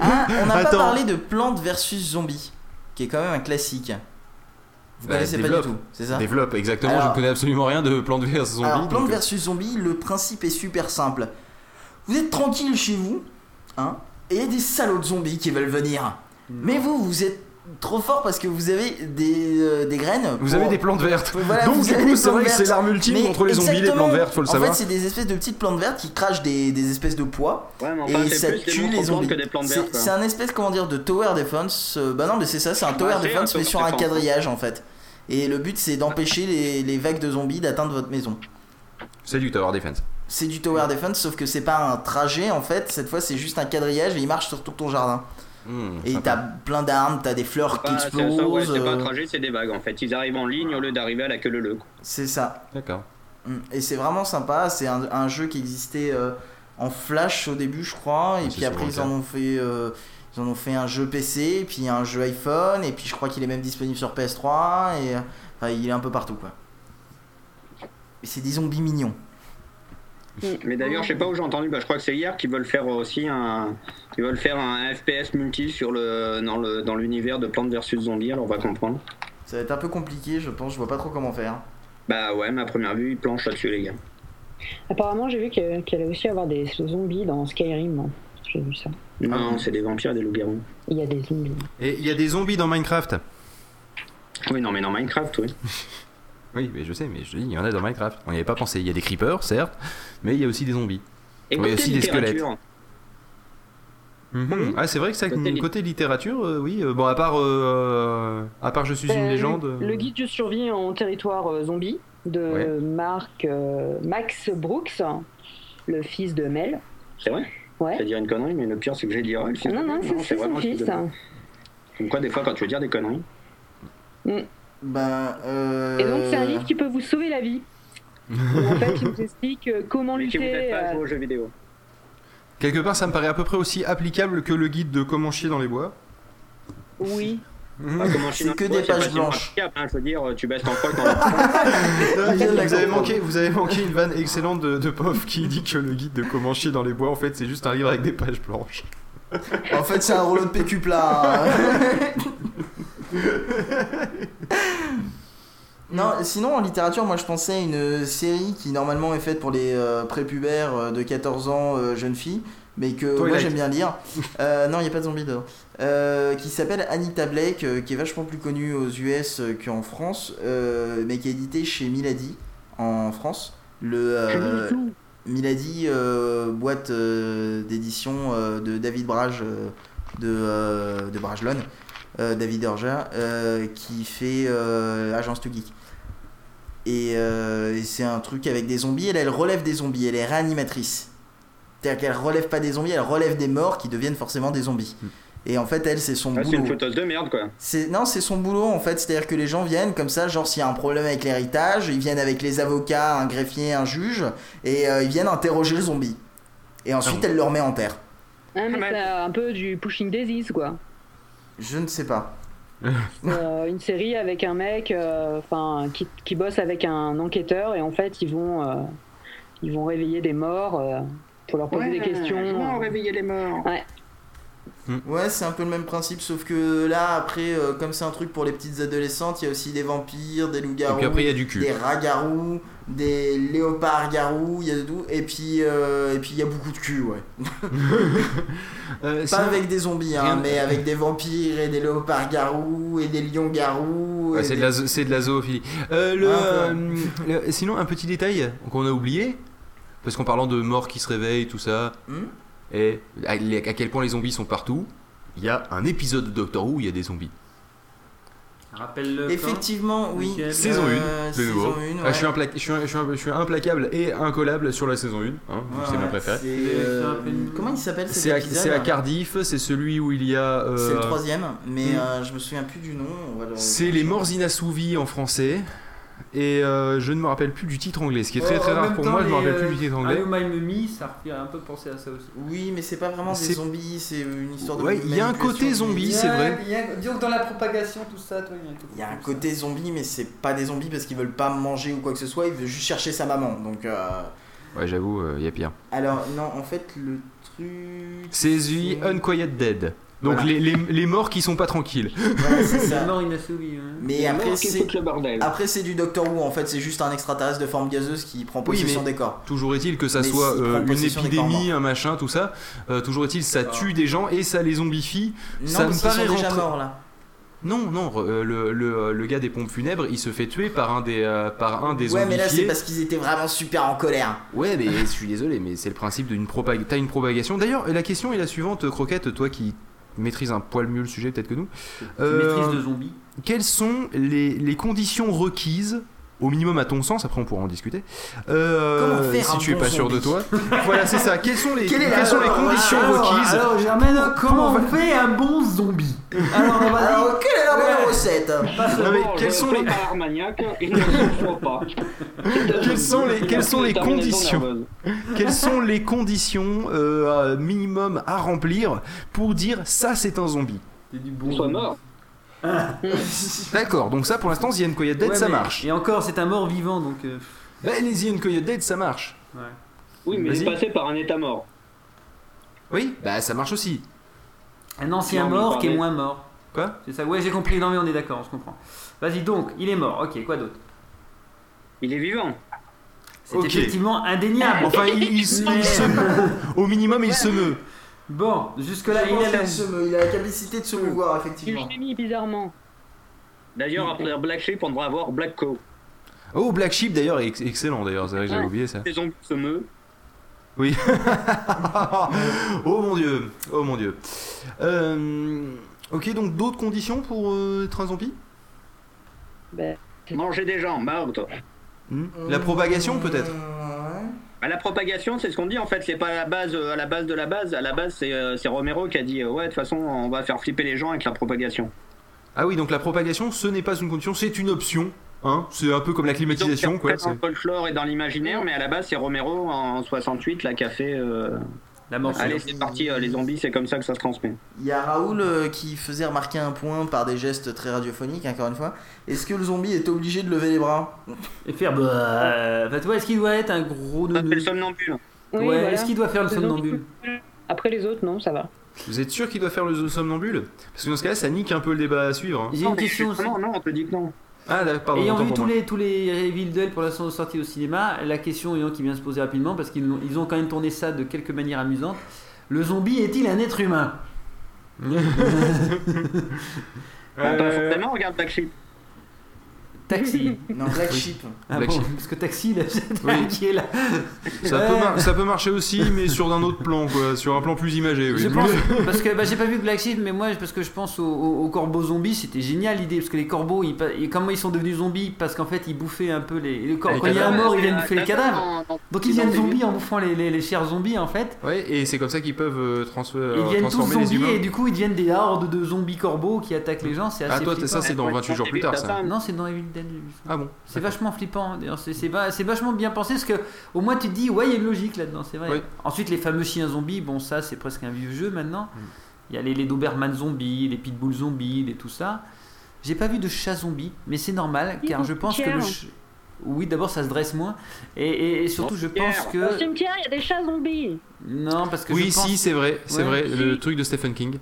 Ah, on n'a pas Attends. parlé de plantes versus zombies, qui est quand même un classique. Vous Bah, connaissez pas du développe. tout, c'est ça Développe, exactement, Alors- je ne connais absolument rien de Plante vs Zombie. Alors, plantes donc, euh, versus zombies, le principe est super simple. Vous êtes tranquille chez vous, hein, et il y a des salauds de zombies qui veulent venir. Mais vous, vous êtes trop fort parce que vous avez des, euh, des graines. Vous pour- avez des plantes vertes. Voilà, Donc, vous du avez coup, des c'est vrai plantes que c'est vertes. l'arme ultime Mais contre les zombies, les exactement. plantes vertes, faut le en savoir. fait, c'est des espèces de petites plantes vertes qui crachent des, des espèces de poids. Ouais, mais enfin, Et c'est ça plus des tue monstres les aux plantes zombies. que des plantes C'est- vertes. quoi. C'est un espèce, comment dire, de tower defense. euh, bah non, mais c'est ça, c'est un tower Bah, c'est un defense, mais tower sur un defense. quadrillage en fait. Et le but, c'est d'empêcher les, les vagues de zombies d'atteindre votre maison. C'est du Tower Defense. C'est du tower defense, sauf que c'est pas un trajet en fait. Cette fois, c'est juste un quadrillage et il marche sur tout ton jardin. Hmm, Et sympa. t'as plein d'armes, t'as des fleurs qui Ah, c'est ça, ouais, explosent. c'est pas un euh, trajet, c'est des vagues en fait. Ils arrivent en ligne au lieu d'arriver à la queue leu leu. quoi. C'est ça. D'accord. Mm. Et c'est vraiment sympa, c'est un, un jeu qui existait euh, en flash au début je crois, et Ah, puis c'est après souvent ils le en cas. ont fait... euh, ils en ont fait un jeu PC, et puis un jeu iPhone, et puis je crois qu'il est même disponible sur PS3, et euh, enfin, il est un peu partout quoi. Et c'est des zombies mignons. Mais d'ailleurs, je sais pas où j'ai entendu, bah, je crois que c'est hier qu'ils veulent faire aussi un, ils veulent faire un FPS multi sur le dans le dans l'univers de Plantes versus Zombies. Alors on va comprendre. Ça va être un peu compliqué, je pense, je vois pas trop comment faire. Bah ouais, ma première vue, ils planchent là-dessus les gars. Apparemment, j'ai vu que- qu'il allait aussi avoir des zombies dans Skyrim. hein. J'ai vu ça. Non, c'est des vampires, et des loups-garous. Il y a des zombies. Et il y a des zombies dans Minecraft. Oui, non, mais dans Minecraft, oui. Oui, mais je sais, mais je te dis, il y en a dans Minecraft. On n'y avait pas pensé. Il y a des creepers, certes, mais il y a aussi des zombies. Et Oui, côté aussi des littérature, Mhm. Ah, c'est vrai que ça, Côté côté, li- littérature, euh, oui. euh, bon, à part, euh, à part Je suis Euh, une le- légende. euh, Le guide du survie en territoire euh, zombie de Ouais. Marc, euh, Max Brooks, le fils de Mel. c'est vrai. Ouais. Je vais dire une connerie, mais le pire c'est que j'ai dit ah, le fils de- Non, non, c'est- c'est vraiment le son fils fils. de- Comme quoi, des fois, quand tu veux dire des conneries. Ben, euh... Et donc, c'est un livre qui peut vous sauver la vie. Où, en fait, il vous explique euh, comment Mais si vous n'êtes lutter. pas euh, joué aux jeux vidéo. Quelque part, ça me paraît à peu près aussi applicable que le guide de comment chier dans les bois. euh, Oui. Mhm. Ah, comment Mmh, C'est sinon, que ouais, des c'est pages pas si blanches. remarquable, hein, je veux dire, tu baisses ton poil dans le- Ah, vous, avez manqué, vous avez manqué une vanne excellente de, de Pof qui dit que le guide de comment chier dans les bois, en fait, c'est juste un livre avec des pages blanches. En fait, c'est un rouleau de PQ plat. Non, sinon en littérature, moi je pensais à une euh, série qui normalement est faite pour les euh, prépubères euh, de 14 ans, euh, jeunes filles, mais que moi Twilight. j'aime bien lire. Euh, non, il n'y a pas de zombie dedans. Euh, qui s'appelle Anita Blake, euh, qui est vachement plus connue aux US euh, qu'en France, euh, mais qui est éditée chez Milady en France. Le, euh, Milady, euh, boîte euh, d'édition euh, de David Brage euh, de, euh, de Bragelonne, euh, David Orger, euh, qui fait euh, Agence to Geek. Et, euh, et c'est un truc avec des zombies. Elle, elle relève des zombies, elle est réanimatrice. C'est-à-dire qu'elle relève pas des zombies, elle relève des morts qui deviennent forcément des zombies. Et en fait, elle, c'est son Ah, c'est une boulot. photos de merde quoi. C'est non, c'est son boulot en fait. C'est-à-dire que les gens viennent comme ça, genre s'il y a un problème avec l'héritage, ils viennent avec les avocats, un greffier, un juge, et euh, ils viennent interroger le zombie. Et Ah ensuite, elle le remet en terre. Hein, mais mal. c'est un peu du pushing daisies quoi. Je ne sais pas. Euh, une série avec un mec euh, enfin qui, qui bosse avec un enquêteur et en fait ils vont euh, ils vont réveiller des morts euh, pour leur poser des questions. Comment réveiller les morts Ouais, c'est un peu le même principe, sauf que là, après, euh, comme c'est un truc pour les petites adolescentes, il y a aussi des vampires, des Et puis loups-garous, après, il y a du cul. des rats-garous, des léopards-garous, il y a de tout. Et puis, euh, et puis il y a beaucoup de cul, ouais. Euh, Pas sinon- avec des zombies, hein, Rien- mais avec des vampires et des léopards-garous et des lions-garous. Ouais, et c'est de, des- la zo- c'est de la zoophilie. Euh, le, Ah, euh, le- sinon, un petit détail qu'on a oublié, parce qu'en parlant de morts qui se réveillent, tout ça, Hmm et à, les- à quel point les zombies sont partout, il y a un épisode de Doctor Who où il y a des zombies. Rappelle-le. Effectivement, oui. Nickel. Saison Euh, de saison nouveau. une, Ah, ouais. je, suis impla- je suis un- je suis un- je suis implacable et incollable sur la saison 1, hein, Ouais, c'est ma ouais, préférée. c'est, euh, C'est un peu- Comment il s'appelle cet C'est à, épisode c'est à Cardiff, c'est celui où il y a. euh, C'est le troisième, mais hmm. euh, je me souviens plus du nom. on va le- c'est les morts inassouvis en français. Et euh, je ne me rappelle plus du titre anglais, ce qui est très Oh, très en rare même pour temps, moi, je ne me les, rappelle plus du euh, titre Are anglais. You My Mummy, ça fait un peu penser à ça aussi. Oui, mais c'est pas vraiment des C'est- zombies, c'est une histoire de. Ouais, il y a un manipulation côté des- zombie. Oui, Il y a- c'est vrai. il y a- disons que dans la propagation, tout ça, toi, il y a un côté. Il y a un comme ça. côté zombie, mais c'est pas des zombies parce qu'ils veulent pas manger ou quoi que ce soit, ils veulent juste chercher sa maman. Donc. euh, Ouais, j'avoue, euh, il y a pire. Alors, non, en fait, le truc. C'est The Unquiet Dead. Donc Voilà. les, les, les morts qui sont pas tranquilles. Voilà, c'est C'est ça. mort inassouvi. hein. Mais après, c'est c'est. foutent le bordel. Après, c'est du Doctor Who en fait, c'est juste un extraterrestre de forme gazeuse qui prend Oui, possession mais- des corps. Toujours est-il que ça Mais soit s'il euh, prend une possession des corps Ah. épidémie, un machin, tout ça. euh, toujours est-il, ça tue des gens et ça les zombifie. Non, Ça me parce qu'ils sont paraît déjà rentré- morts là. Non, non, euh, le, le, le gars des pompes funèbres, il se fait tuer par un des, euh, par un des ouais, zombifiés. mais là, c'est parce qu'ils étaient vraiment super en colère. Ouais, mais je suis désolé, mais c'est le principe d'une propag... T'as une propagation. D'ailleurs, la question est la suivante, Croquette, toi qui maîtrises un poil mieux le sujet peut-être que nous. Euh, Maîtrise de zombies. quelles sont les, les conditions requises au minimum à ton sens, après on pourra en discuter. Euh, Comment faire si un tu es bon pas sûr de toi. zombie voilà, c'est ça. Quelles sont les, Quelle est la- quelles sont les alors, conditions alors, requises Alors, Germaine, Comment comment on fait un bon zombie Ah, Alors, on va dire. Alors, quelle est Ah, la bonne Ouais. recette Pas Non, seulement- mais quelles sont les- Par Armagnac, il ne se faut pas. Quelles sont les- quelles sont les conditions Quelles sont les conditions euh, à minimum à remplir pour dire ça c'est un zombie C'est du bon On soit zombie. mort. D'accord, donc ça pour l'instant, The Unquiet Dead Ouais, ça mais- marche. Et encore, c'est un mort vivant, donc. euh, pff, Bah, les The Unquiet Dead ça marche. ouais. Oui, mais il est Vas-y. passé par un état mort. Oui, bah ça marche aussi. Un ancien Non, mais mort qui est parlez- moins mort. Quoi C'est ça. Ouais, j'ai compris. Non, mais on est d'accord, on se comprend. Vas-y, donc, il est mort. Ok, quoi d'autre Il est vivant. C'est Ok. effectivement indéniable. Enfin, il, il se- il se meut. Au minimum, il se meut. Bon, jusque-là, il il, a a la la. capacité de se mouvoir, Il effectivement. gémit bizarrement. D'ailleurs, après Black Sheep, on devrait avoir Black Co. Oh, Black Sheep d'ailleurs est ex- excellent d'ailleurs, c'est vrai que j'avais Ouais. oublié ça. Les zombies se meut. oh mon dieu, oh mon dieu. Euh, ok, donc d'autres conditions pour euh, être un zombie Ben, Manger des gens, marre toi. Hmm Euh, La propagation peut-être Ouais. À la propagation, c'est ce qu'on dit en fait, c'est pas à la base, euh, à la base de la base. À la base, c'est euh, c'est Romero qui a dit euh, ouais, de toute façon, on va faire flipper les gens avec la propagation. euh, Ah oui, donc la propagation, ce n'est pas une condition, c'est une option. Hein c'est un peu comme la climatisation, Donc, quoi. c'est dans le c'est- folklore et dans l'imaginaire, mais à la base, c'est Romero en 68 là qui a fait. euh, La Ah, mort. Allez, c'est parti, euh, les zombies, c'est comme ça que ça se transmet. Il y a Raoul euh, qui faisait remarquer un point par des gestes très radiophoniques, hein, encore une fois. Est-ce que le zombie est obligé de lever les bras Et faire. Bah, euh, en fait, ouais, est-ce qu'il doit être un gros Ça s'appelle neuneu somnambule. oui, Ouais, voilà. est-ce qu'il doit faire le Les autres, somnambule Après les autres, non, ça va. Vous êtes sûr qu'il doit faire le somnambule Parce que dans ce cas-là, ça nique un peu le débat à suivre. hein. J'ai Non, une mais question je- aussi. Non, non, on te dit que non. Ah, d'accord, pardon, Ayant autant vu pour tous moi. les, tous les reveals d'elle pour la sortie au cinéma, la question ayant qui vient se poser rapidement, parce qu'ils l'ont- ils ont quand même tourné ça de quelques manières amusantes, le zombie est-il un être humain Euh, Bah, Pas forcément, regarde Black Sheep. Taxi. Non, Black Sheep. Ah Black bon, Sheep. parce que Taxi, il a Oui. qui est là. Ça, Ouais. peut mar- ça peut marcher aussi, mais sur un autre plan, quoi, sur un plan plus imagé. oui. Je pense, parce que bah, j'ai pas vu Black Sheep, mais moi, parce que je pense aux, aux- aux corbeaux zombies, c'était génial l'idée, parce que les corbeaux, ils, pa- ils- comment ils sont devenus zombies Parce qu'en fait, ils bouffaient un peu les, les corps. Les Quand il y a un cadavres. mort, ils viennent bouffer les cadavres. Ah, Donc ils viennent dans des zombies en bouffant les, les, les chairs zombies, en fait. Ouais, et c'est comme ça qu'ils peuvent euh, trans- Ils euh, viennent tous transformer les zombies humains. et du coup ils deviennent des hordes de zombies corbeaux qui attaquent les gens. C'est assez Ah, toi, t'es- ça, flippant. c'est dans 28 jours plus tard, ça. Non, c'est dans Evil Dead. j'ai vu ça. Ah bon C'est vachement flippant. hein. D'ailleurs, c'est c'est va- c'est vachement bien pensé parce que au moins tu te dis ouais il y a une logique là-dedans, c'est vrai. Oui. Ensuite les fameux chiens zombies, bon ça c'est presque un vieux jeu maintenant. Mm. Il y a les, les Doberman zombies, les Pitbull zombies, et tout ça. J'ai pas vu de chat zombie, mais c'est normal Ils car sont je pense que fiers. le ch- oui d'abord ça se dresse moins et, et- et surtout je pense fiers. que Au Oh, cimetière, il y a des chats zombies. non parce que Oui, je pense... si, c'est vrai, c'est Ouais. vrai, le Si. truc de Stephen King.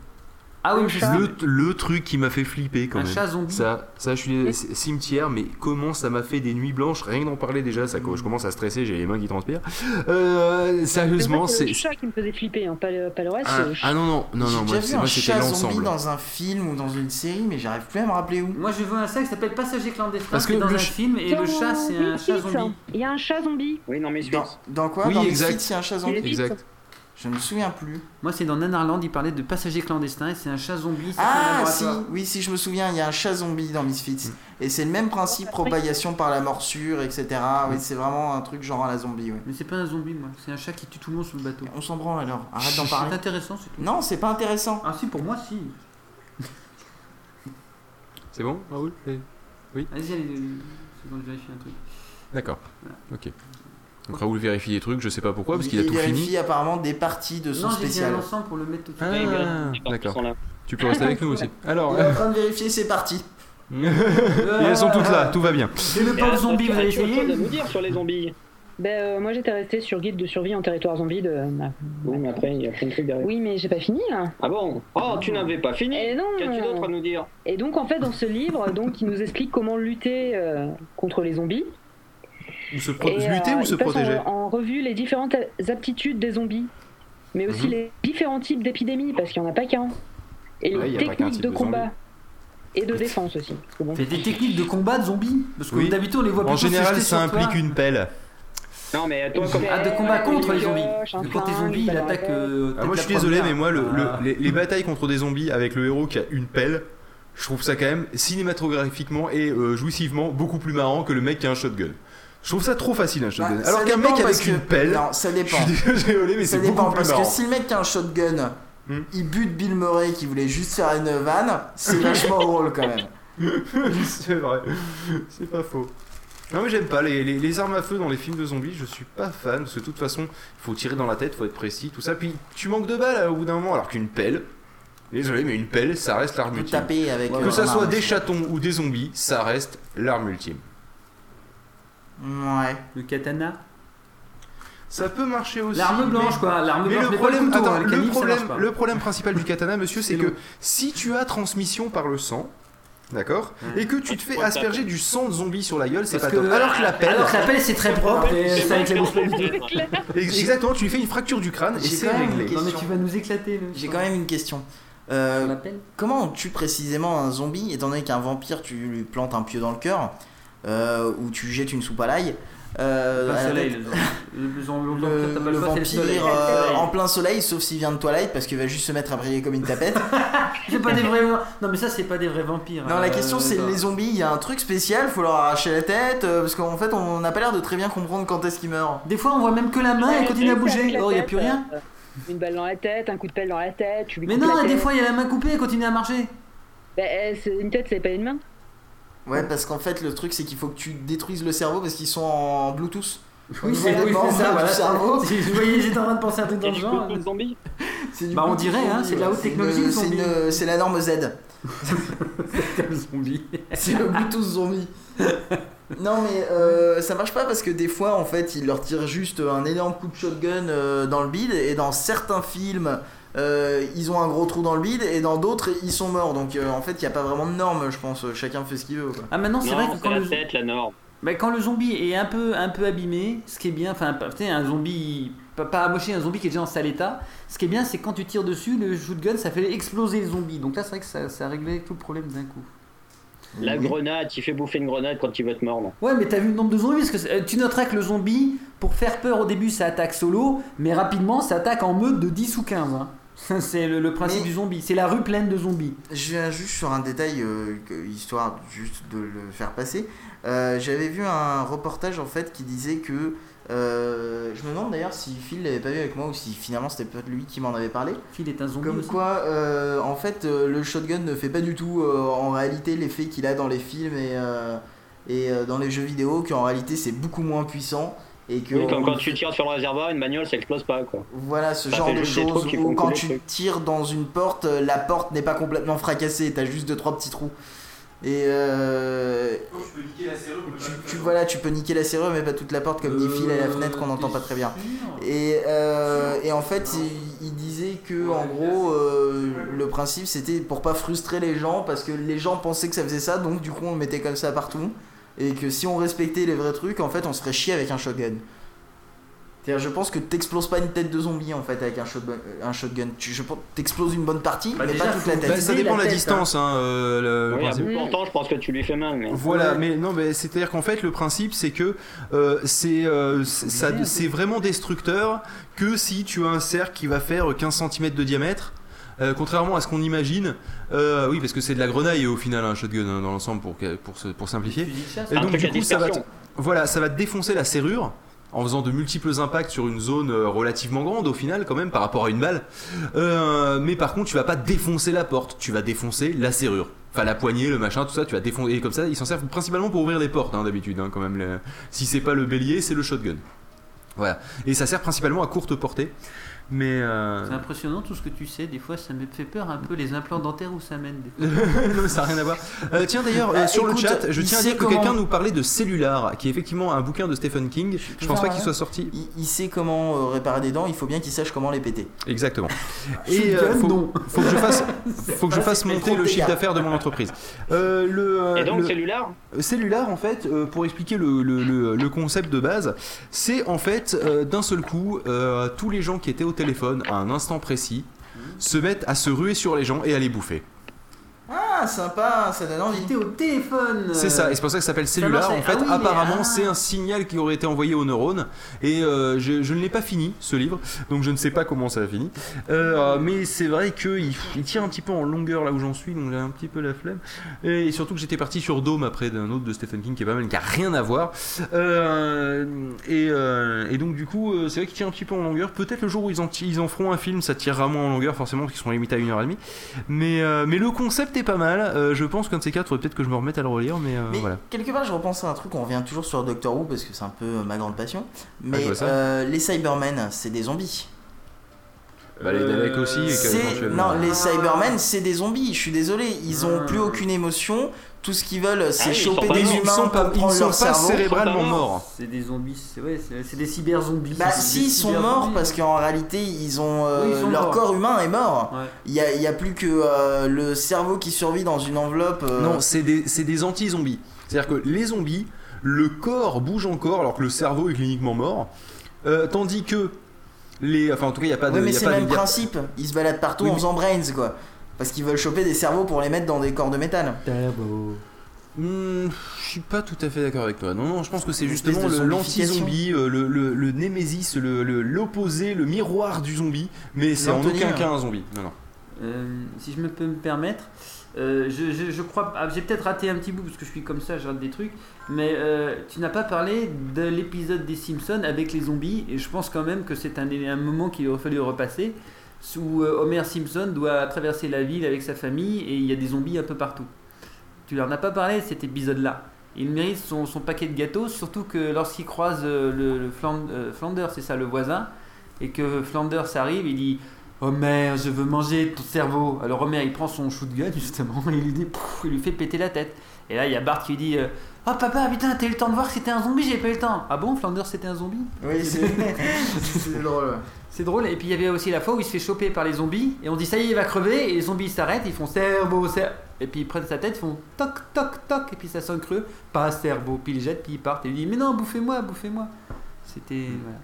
ah oui c'est ça. Le, le truc qui m'a fait flipper quand un même. chat zombie. Ça, ça, je suis désolé, c'est- cimetière, mais comment ça m'a fait des nuits blanches Rien que d'en parler déjà, ça, je commence à stresser, j'ai les mains qui transpirent. Euh, sérieusement, C'est c'est. le chat qui me faisait flipper, hein, pas, le, pas le reste. Ah, le chat. ah non, non, non, non, J'ai moi, déjà vu c'est- un moi c'était chat zombie l'ensemble. dans un film ou dans une série, mais j'arrive plus à me rappeler où. Moi, je veux un chat qui s'appelle Passager clandestin. Parce Parce que que dans le un ch- film et Dans le chat, c'est un Misfits, chat zombie. Il y a un chat zombie. Oui, non, mais Dans, Suisse. dans quoi Oui, Dans exact. Misfits, il y a un chat zombie Exact. Je ne me souviens plus. Moi, c'est dans Nanarland, il parlait de Passager clandestin et c'est un chat zombie. c'est un Ah si, laboratoire. oui si je me souviens, il y a un chat zombie dans Misfits. Hmm. Et c'est le même principe, propagation par la morsure, etc. Oui, Hmm. c'est vraiment un truc genre à la zombie, oui. Mais c'est pas un zombie, moi. C'est un chat qui tue tout le monde sur le bateau. On s'en branle alors, arrête d'en C'est parler. intéressant, c'est tout. Non, c'est pas intéressant. Ah si, pour moi, si. C'est bon Raoul Eh, Vas-y, allez, euh, seconde, je vérifie un truc. D'accord. Ok. Donc Raoul vérifie des trucs, je sais pas pourquoi, parce qu'il a Il tout vérifie fini. apparemment des parties de son Non, j'ai fait un spécial. ensemble pour le mettre tout de Ah, suite. d'accord. D'accord. Tu peux rester avec nous aussi. Alors, Il est en train de vérifier ses parties. et elles sont toutes là, tout va bien. Et Ah, le pauvre zombie, vous avez essayé chose à nous dire sur les zombies. Ben, euh, moi j'étais resté sur guide de survie en territoire zombie de. Oui, mais après, il y a plein de trucs derrière. Oui, mais j'ai pas fini là. Ah bon Oh, tu n'avais pas fini Et Qu'as-tu d'autre à Eh non. nous dire Et donc en fait dans ce livre, donc il nous explique comment lutter euh, contre les zombies. Ou se Et, euh, il passe en- en, revue les différentes aptitudes des zombies, mais aussi Mhm. les différents types d'épidémies, parce qu'il n'y en a pas qu'un. Et les Ouais, il y a pas qu'un techniques type de de combat. et de défense aussi. parce que bon. T'as des techniques de combat de zombies Parce que Oui. d'habitude, on les voit En plutôt se général, jeter ça sur toi. implique une pelle. Ah, Non, mais toi, comme. Ah, de combat contre les zombies. Pioche, un Quand t'es flingue, zombie, une il balle à attaque. la euh, Ah, moi je peut-être suis la désolé, première. mais moi le- le- Ah. les, les batailles contre des zombies avec le héros qui a une pelle, je trouve ça quand même cinématographiquement et euh, jouissivement beaucoup plus marrant que le mec qui a un shotgun. Je trouve ça trop facile un shotgun. Bah, ça Alors qu'un dépend mec avec parce une que- pelle, Non, ça je dépend. suis désolé, mais Ça c'est dépend beaucoup plus parce que marrant. si le mec qui a un shotgun, Hmm. il bute Bill Murray qui voulait juste faire une vanne, c'est vachement drôle quand même. Ah, c'est vrai, c'est pas faux. Non mais j'aime pas les, les- les armes à feu dans les films de zombies, je suis pas fan parce que de toute façon, il faut tirer dans la tête, faut être précis, tout ça. Puis tu manques de balles euh, au bout d'un moment, alors qu'une pelle, désolé, mais une pelle, ça reste On l'arme peut ultime. taper avec. Que euh, ça un soit arme. des chatons ou des zombies, ça reste l'arme ultime. Ouais. Le katana. Ça peut marcher aussi. L'arme blanche, quoi. L'arme Mais blanche, le mais pas problème, couteau, attends, hein, le le canif, ça problème, marche pas. le problème principal du katana, monsieur, c'est C'est que long. si tu as transmission par le sang, d'accord, Ouais. et que tu te fais Ouais, asperger du sang de zombie sur la gueule, c'est pas Mmh. Parce top. que- Alors que la pelle, Alors que la pelle, Oh, c'est très propre et ça avec la bouche pleine. ex- exactement, tu lui fais une fracture du crâne et J'ai c'est quand même- réglé. Non, mais Question. tu vas nous éclater. le- J'ai quand même une question. Euh, On appelle comment on tue précisément un zombie Étant donné qu'un vampire, tu lui plantes un pieu dans le cœur, euh, ou tu jettes une soupe à l'ail. euh, à la tête. le zombie. le, le vampire euh, en plein soleil, sauf s'il vient de toilette parce qu'il va juste se mettre à briller comme une tapette. C'est pas des vrais. Non, mais ça, c'est pas des vrais vampires. non, la question Euh, c'est attends. les zombies, il y a un truc spécial, faut leur arracher la tête euh, parce qu'en fait on n'a pas l'air de très bien comprendre quand est-ce qu'ils meurent. Des fois, on voit même que la main, Ah, elle continue à Avec bouger. la Oh, y a tête, plus rien. euh, Une balle dans la tête, un coup de pelle dans la tête, tu lui Mais coupes non, la des tête. fois, il y a la main coupée, elle continue à marcher. Bah, euh, c'est- une tête, c'est pas une main. Ouais, parce qu'en fait le truc c'est qu'il faut que tu détruises le cerveau parce qu'ils sont en Bluetooth. Oui, c'est Au oui, niveau c'est du ça, voilà. cerveau. Si Je voyais, j'étais en train de penser à un truc dans le genre. de zombies C'est du Bah, on Bluetooth dirait, hein, zombie, c'est de la haute ouais. technologie, une- le c'est zombie. une- C'est la norme Z. Comme zombie. C'est le Bluetooth zombie. Non mais euh, ça marche pas parce que des fois en fait ils leur tirent juste un énorme coup de shotgun euh, dans le bide et dans certains films euh, ils ont un gros trou dans le bide et dans d'autres ils sont morts donc euh, en fait il n'y a pas vraiment de norme je pense chacun fait ce qu'il veut quoi. Ah, maintenant, c'est Non, vrai que c'est quand la le. tête, la norme. Bah, quand le zombie est un peu, un peu abîmé, ce qui est bien, enfin, pas- tu sais, un zombie, pas, pas amoché, un zombie qui est déjà en sale état, ce qui est bien, c'est quand tu tires dessus, le shootgun, ça fait exploser le zombie. Donc là, c'est vrai que ça, ça a réglé tout le problème d'un coup. La grenade, il fait bouffer une grenade quand il veut te mordre. Ouais, mais t'as vu le nombre de zombies parce que euh, tu noteras que le zombie, pour faire peur au début, ça attaque solo, mais rapidement, ça attaque en meute de 10 ou 15. hein. C'est le, le principe Mais- du zombie. C'est la rue pleine de zombies. Je viens juste sur un détail, euh, que- histoire juste de le faire passer. Euh, J'avais vu un reportage en fait qui disait que. euh, je me demande d'ailleurs si Phil l'avait pas vu avec moi ou si finalement c'était peut-être lui qui m'en avait parlé. Phil est un zombie. Comme aussi. quoi, euh, en fait, euh, le shotgun ne fait pas du tout euh, en réalité l'effet qu'il a dans les films et, euh, et euh, dans les jeux vidéo, qu'en réalité c'est beaucoup moins puissant et que. Oui, comme on- quand tu tires sur le réservoir, une bagnole, ça explose pas, quoi. Voilà ce Ça genre fait de juste des choses trous qui où font quand couler le tu truc. tires dans une porte, euh, la porte n'est pas complètement fracassée, t'as juste deux trois petits trous. Et euh, tu, tu- voilà, tu peux niquer la serrure mais pas toute la porte comme dit Phil à la fenêtre qu'on n'entend pas très bien. Et, euh, et en fait, il, il disait que en gros, euh, le principe c'était pour pas frustrer les gens parce que les gens pensaient que ça faisait ça, donc du coup on le mettait comme ça partout. Et que si on respectait les vrais trucs, en fait on serait chier avec un shotgun. C'est-à-dire, je pense que t'exploses pas une tête de zombie en fait avec un shotgun. Un shotgun. Tu, je pense- t'exploses une bonne partie, Bah, mais déjà, pas toute la faut- Bah, tête. ça idée, dépend la la tête, distance, hein, euh, le- le Oui, à principe. bout portant, je pense que tu lui fais mal, mais. Voilà, Ouais. mais non, mais c'est-à-dire qu'en fait, le principe, c'est que euh, c'est euh, c'est- ça- Merde. c'est vraiment destructeur que si tu as un cercle qui va faire 15 cm de diamètre. euh, contrairement à ce qu'on imagine, Euh, oui, parce que c'est de la grenaille au final un shotgun hein, dans l'ensemble pour, pour, se- pour simplifier. Et Un donc truc du à coup, ça va, dispersion. voilà, ça va te défoncer la serrure en faisant de multiples impacts sur une zone euh, relativement grande au final quand même par rapport à une balle. Euh, mais par contre, tu vas pas défoncer la porte, tu vas défoncer la serrure. Enfin la poignée, le machin, tout ça, tu vas défoncer. Et comme ça, ils s'en servent principalement pour ouvrir les portes hein, d'habitude hein, quand même. Le- Si c'est pas le bélier, c'est le shotgun. Voilà. Et ça sert principalement à courte portée. Mais euh, C'est impressionnant tout ce que tu sais. Des fois, ça me fait peur un peu les implants dentaires où ça mène. des- non, ça n'a rien à voir. Euh, tiens d'ailleurs, euh, Ah, sur écoute, le chat, je il tiens à sait dire que comment- quelqu'un nous parlait de Cellular, qui est effectivement un bouquin de Stephen King. Je pense pas Ah, qu'il ouais. soit sorti. Il, il sait comment euh, réparer des dents, il faut bien qu'il sache comment les péter. Exactement. Shotgun, euh, faut, non. faut que je fasse, faut que je fasse c'est monter trop le de chiffre dégâts. d'affaires de mon entreprise. Euh, le, euh, Et donc, le- cellulaire Cellular, en fait, euh, pour expliquer le, le- le- le concept de base, c'est en fait euh, d'un seul coup, euh, tous les gens qui étaient au téléphone à un instant précis se mettent à se ruer sur les gens et à les bouffer. Ah, sympa, ça donne envie. J'étais au téléphone. C'est ça, et c'est pour ça que ça s'appelle cellulaire. euh, marche, En ah fait, oui, mais- apparemment, ah. c'est un signal qui aurait été envoyé aux neurones. Et euh, je, je ne l'ai pas fini, ce livre, donc je ne sais pas comment ça a fini. Euh, mais c'est vrai qu'il il tire un petit peu en longueur là où j'en suis, donc j'ai un petit peu la flemme. Et surtout que j'étais parti sur Dome après d'un autre de Stephen King qui est pas mal, qui a rien à voir. Euh, et, euh, et donc, du coup, euh, c'est vrai qu'il tire un petit peu en longueur. Peut-être le jour où ils en, ils en feront un film, ça tirera moins en longueur, forcément, parce qu'ils sont limités à une heure et demie. Mais, euh, mais le concept est pas mal. Euh, je pense qu'un de ces quatre, faudrait peut-être que je me remette à le relire, mais, euh, Mais voilà. quelque part, je repense à un truc, on revient toujours sur Doctor Who parce que c'est un peu euh, ma grande passion. Ah, je Mais vois ça. euh, les Cybermen, c'est des zombies. Bah, les Daleks aussi, et que- Euh, C'est- éventuellement. Non, les Cybermen, c'est des zombies. Je suis désolé, ils ont Ah. plus aucune émotion. Tout ce qu'ils veulent, Ah, c'est ils sont choper pas des morts. humains, Ils sont pas, pour ils prendre sont leur pas cerveau. cérébralement Ils sont pas morts. C'est des zombies. C'est ouais, c'est c'est des cyber zombies. Bah, si, ils sont morts parce qu'en réalité, ils ont euh, Oui, ils sont leur morts. corps humain est mort. Ouais. Il y a, il y a plus que euh, le cerveau qui survit dans une enveloppe. euh, Non, c'est des, c'est des anti-zombies. C'est-à-dire que les zombies, le corps bouge encore alors que le cerveau est cliniquement mort. Euh, tandis que les. Enfin, en tout cas, il n'y a pas de. Ouais, mais y a c'est pas le de même guerre- principe. Ils se baladent partout Oui, en mais- faisant brains, quoi. Parce qu'ils veulent choper des cerveaux pour les mettre dans des corps de métal. Tabou. Hmm, je suis pas tout à fait d'accord avec toi. Non, non, je pense que c'est Une justement espèce de le- zombification. l'anti-zombie, euh, le, le, le némésis, le- le- l'opposé, le, miroir du zombie. Mais c'est en L'antonyme. aucun cas un zombie. Non, non. Euh, si je me peux me permettre, euh, je, je- je crois. ah, J'ai peut-être raté un petit bout parce que je suis comme ça, je rate des trucs. Mais euh, tu n'as pas parlé de l'épisode des Simpsons avec les zombies. Et je pense quand même que c'est un, un moment qu'il aurait fallu repasser. Où euh, Homer Simpson doit traverser la ville avec sa famille et il y a des zombies un peu partout. Tu n'en as pas parlé de cet épisode-là. Il mérite son, son paquet de gâteaux, surtout que lorsqu'il croise euh, le, le Flan- euh, Flanders, c'est ça, le voisin, et que Flanders arrive, il dit Homer, je veux manger ton cerveau. Alors Homer, il prend son shotgun justement et il lui dit, Pouf il lui fait péter la tête. Et là, il y a Bart qui lui dit, euh, oh papa, putain, t'as eu le temps de voir que c'était un zombie, j'ai pas eu le temps. Ah bon, Flanders, c'était un zombie Oui, c'est c'est drôle. C'est drôle. Et puis il y avait aussi la fois où il se fait choper par les zombies et on dit ça y est, il va crever. Et les zombies ils s'arrêtent, ils font cerveau, cerveau. Et puis ils prennent sa tête, ils font toc, toc, toc. Et puis ça sonne creux, pas cerveau. Puis ils les jettent, puis ils partent. Et il dit mais non, bouffez-moi, bouffez-moi. C'était voilà.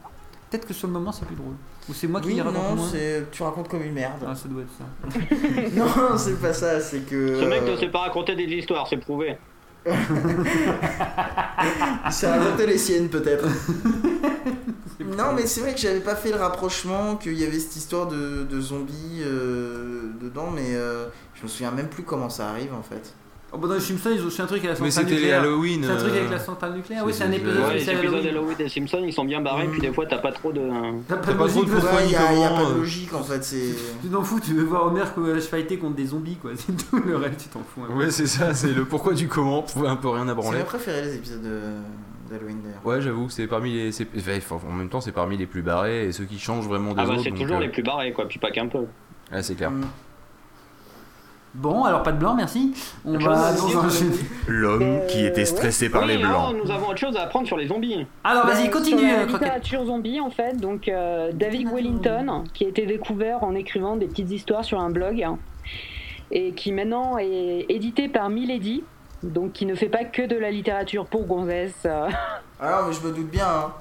Peut-être que sur le moment, c'est plus drôle. Ou c'est moi qui Oui, les non, raconte moins c'est- tu racontes comme une merde. Ah, ça doit être ça. non, c'est pas ça, c'est que. Ce mec ne euh, sait pas raconter des histoires, c'est prouvé. C'est inventé les siennes peut-être. non mais c'est vrai que j'avais pas fait le rapprochement qu'il y avait cette histoire de, de zombies euh, dedans mais euh, je me souviens même plus comment ça arrive en fait. Oh, bah dans les Simpsons, ils ont fait un truc avec la Mais centrale c'était les nucléaire. Halloween. C'est un truc avec euh, la centrale nucléaire. c'est- Oui, c'est un c'est- épisode Ouais, Ouais, les spécial épisodes Halloween. d'Halloween des Simpsons, ils sont bien barrés, Mm. puis des fois, t'as pas trop de. T'as pas T'as de pas trop logique, de parce faux que Ouais, il y, a- y a uniquement, pas de euh, logique en fait, c'est. Tu t'en fous, tu veux voir Homer que je fighter contre des zombies, quoi. C'est tout le reste, tu t'en fous. hein. un peu. Ouais, c'est ça, c'est le pourquoi du comment, pff, un peu rien à C'est branler. mes préférés les épisodes de- d'Halloween d'ailleurs. Ouais, j'avoue, c'est parmi les. c'est- enfin, enfin, en même temps, c'est parmi les plus barrés et ceux qui changent vraiment des Ah bah, autres. c'est donc, toujours euh, les plus barrés, quoi, puis pas qu'un peu. Ah, c'est clair. Mm. Bon, alors pas de blanc, merci. On Je va sais dans ce un que jeu. Euh, L'homme qui était stressé par les Oui, alors, blancs. nous avons autre chose à apprendre sur les zombies. Alors vas-y, Ben, continue, Sur la euh, Croquette. littérature zombie, en fait, donc euh, David Littérature Wellington, qui a été découvert en écrivant des petites histoires sur un blog, hein, et qui maintenant est édité par Milady, donc qui ne fait pas que de la littérature pour gonzesse. euh, Alors mais je me doute bien. hein.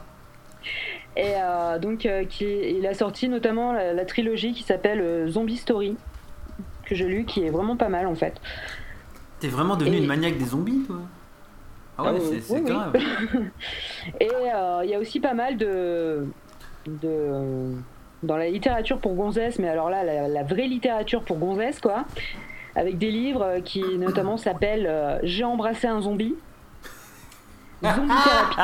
et euh, donc, euh, qui, il a sorti notamment la, la trilogie qui s'appelle euh, Zombie Story, que j'ai lu, qui est vraiment pas mal en fait. T'es vraiment devenu Et- une maniaque des zombies, toi Ah ouais, Ah oui, c'est- c'est oui, grave. Et euh, il y a aussi pas mal de. de dans la littérature pour gonzesse, mais alors là, la, la vraie littérature pour gonzesse, quoi. Avec des livres euh, qui notamment s'appellent euh, J'ai embrassé un zombie. Zombie thérapie.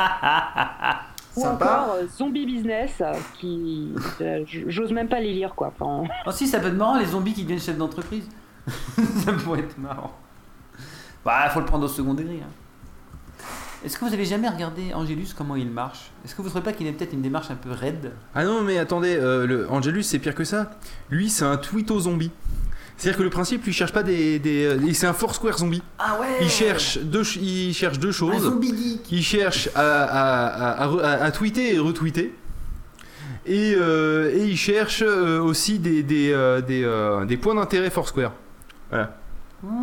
Ou Sympa. encore euh, Zombie Business, euh, qui. euh, j- J'ose même pas les lire, quoi. Enfin, Oh si, ça peut être marrant, les zombies qui deviennent chefs d'entreprise. ça pourrait être marrant. Bah, faut le prendre au second degré. hein. Est-ce que vous avez jamais regardé Angelus comment il marche Est-ce que vous ne trouvez pas qu'il a peut-être une démarche un peu raide Ah non, mais attendez, euh, le Angelus, c'est pire que ça. Lui, c'est un tweet aux zombie. C'est-à-dire que le principe, lui, il cherche pas des. des euh, et c'est un Foursquare zombie. Ah ouais Il cherche deux, ch- il cherche deux un choses. zombie geek Il cherche à, à- à- à re- à- à tweeter et retweeter. Et, euh, et il cherche euh, aussi des, des, euh, des, euh, des points d'intérêt Foursquare. Et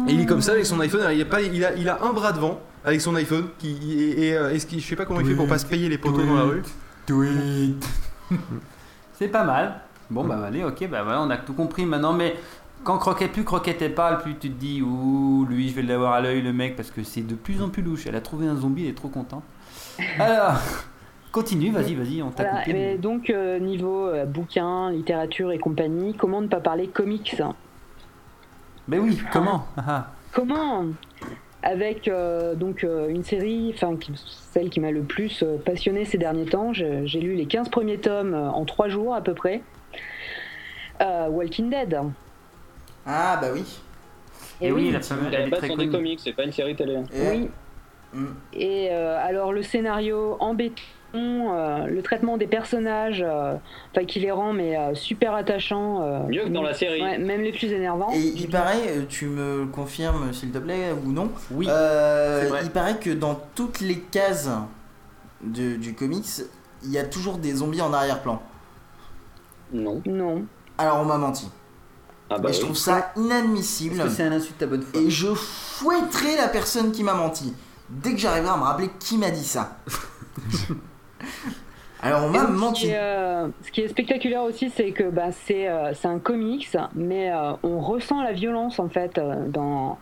il est comme ça avec son iPhone. Alors, Il a, pas, il a, il a un bras devant avec son iPhone. Qui, et, et, euh, est-ce qu'il- je sais pas comment il fait pour pas se payer les poteaux dans la rue. Tweet C'est pas mal. Bon bah allez, ok, bah voilà, on a tout compris maintenant, mais quand Croquette plus Croquette elle parle, plus tu te dis ouh lui je vais l'avoir à l'œil le mec parce que c'est de plus en plus louche. Elle a trouvé un zombie, elle est trop contente. Alors continue, vas-y, vas-y, on t'a voilà. coupé. Mais donc, euh, niveau euh, bouquin, littérature et compagnie, comment ne pas parler comics hein. Mais oui, comment Ah, ah. Comment Avec euh, donc euh, une série, enfin qui- celle qui m'a le plus euh, passionné ces derniers temps, je- j'ai lu les 15 premiers tomes euh, en 3 jours à peu près. Euh, Walking Dead. Ah bah oui. Et Eh oui, la fameuse- La elle est base très sont des connue. comics, c'est pas une série télé. Et- Oui. Mm. Et euh, alors le scénario en béton, euh, le traitement des personnages, euh, enfin qui les rend mais euh, super attachants. euh, Mieux que dans la série. ouais, même les plus énervants. Et il paraît, euh, tu me le confirmes s'il te plaît ou non, Oui. Euh, c'est vrai. il paraît que dans toutes les cases de- du comics, il y a toujours des zombies en arrière-plan. Non. Non. Alors on m'a menti. Ah bah, et je oui. trouve ça Est-ce inadmissible. que c'est un insulte à bonne foi Et je fouetterai la personne qui m'a menti. Dès que j'arriverai à me rappeler qui m'a dit ça. Alors on Et m'a donc, ce, qui menti. est, euh, ce qui est spectaculaire aussi, c'est que bah, c'est euh, c'est un comics, mais euh, on ressent la violence en fait euh, dans.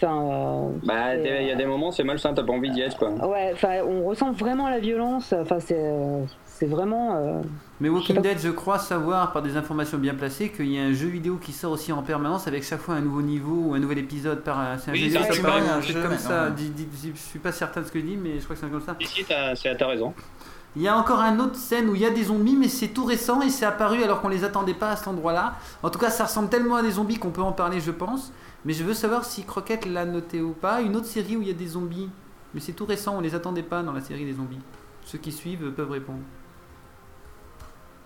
Enfin, Bah, Et, t'es- il y a des moments, c'est malsain, t'as pas envie d'y être, quoi. euh, ouais, enfin, on ressent vraiment la violence. Enfin, c'est euh, c'est vraiment. euh, Mais Je Walking sais pas. Dead, je crois savoir par des informations bien placées qu'il y a un jeu vidéo qui sort aussi en permanence avec chaque fois un nouveau niveau ou un nouvel épisode par un. C'est un Oui, jeu c'est vidéo, un ça jeu, paraît, un un truc jeu, comme mais ça. non. Dis- dis- dis- Je suis pas certain de ce que je dis, mais je crois que c'est un truc comme ça. Ici, t'as c'est- t'as raison. Il y a encore un autre scène où il y a des zombies, mais c'est tout récent et c'est apparu alors qu'on les attendait pas à cet endroit-là. En tout cas, ça ressemble tellement à des zombies qu'on peut en parler, je pense. Mais je veux savoir si Croquette l'a noté ou pas. Une autre série où il y a des zombies, mais c'est tout récent, on les attendait pas dans la série des zombies. Ceux qui suivent euh, peuvent répondre.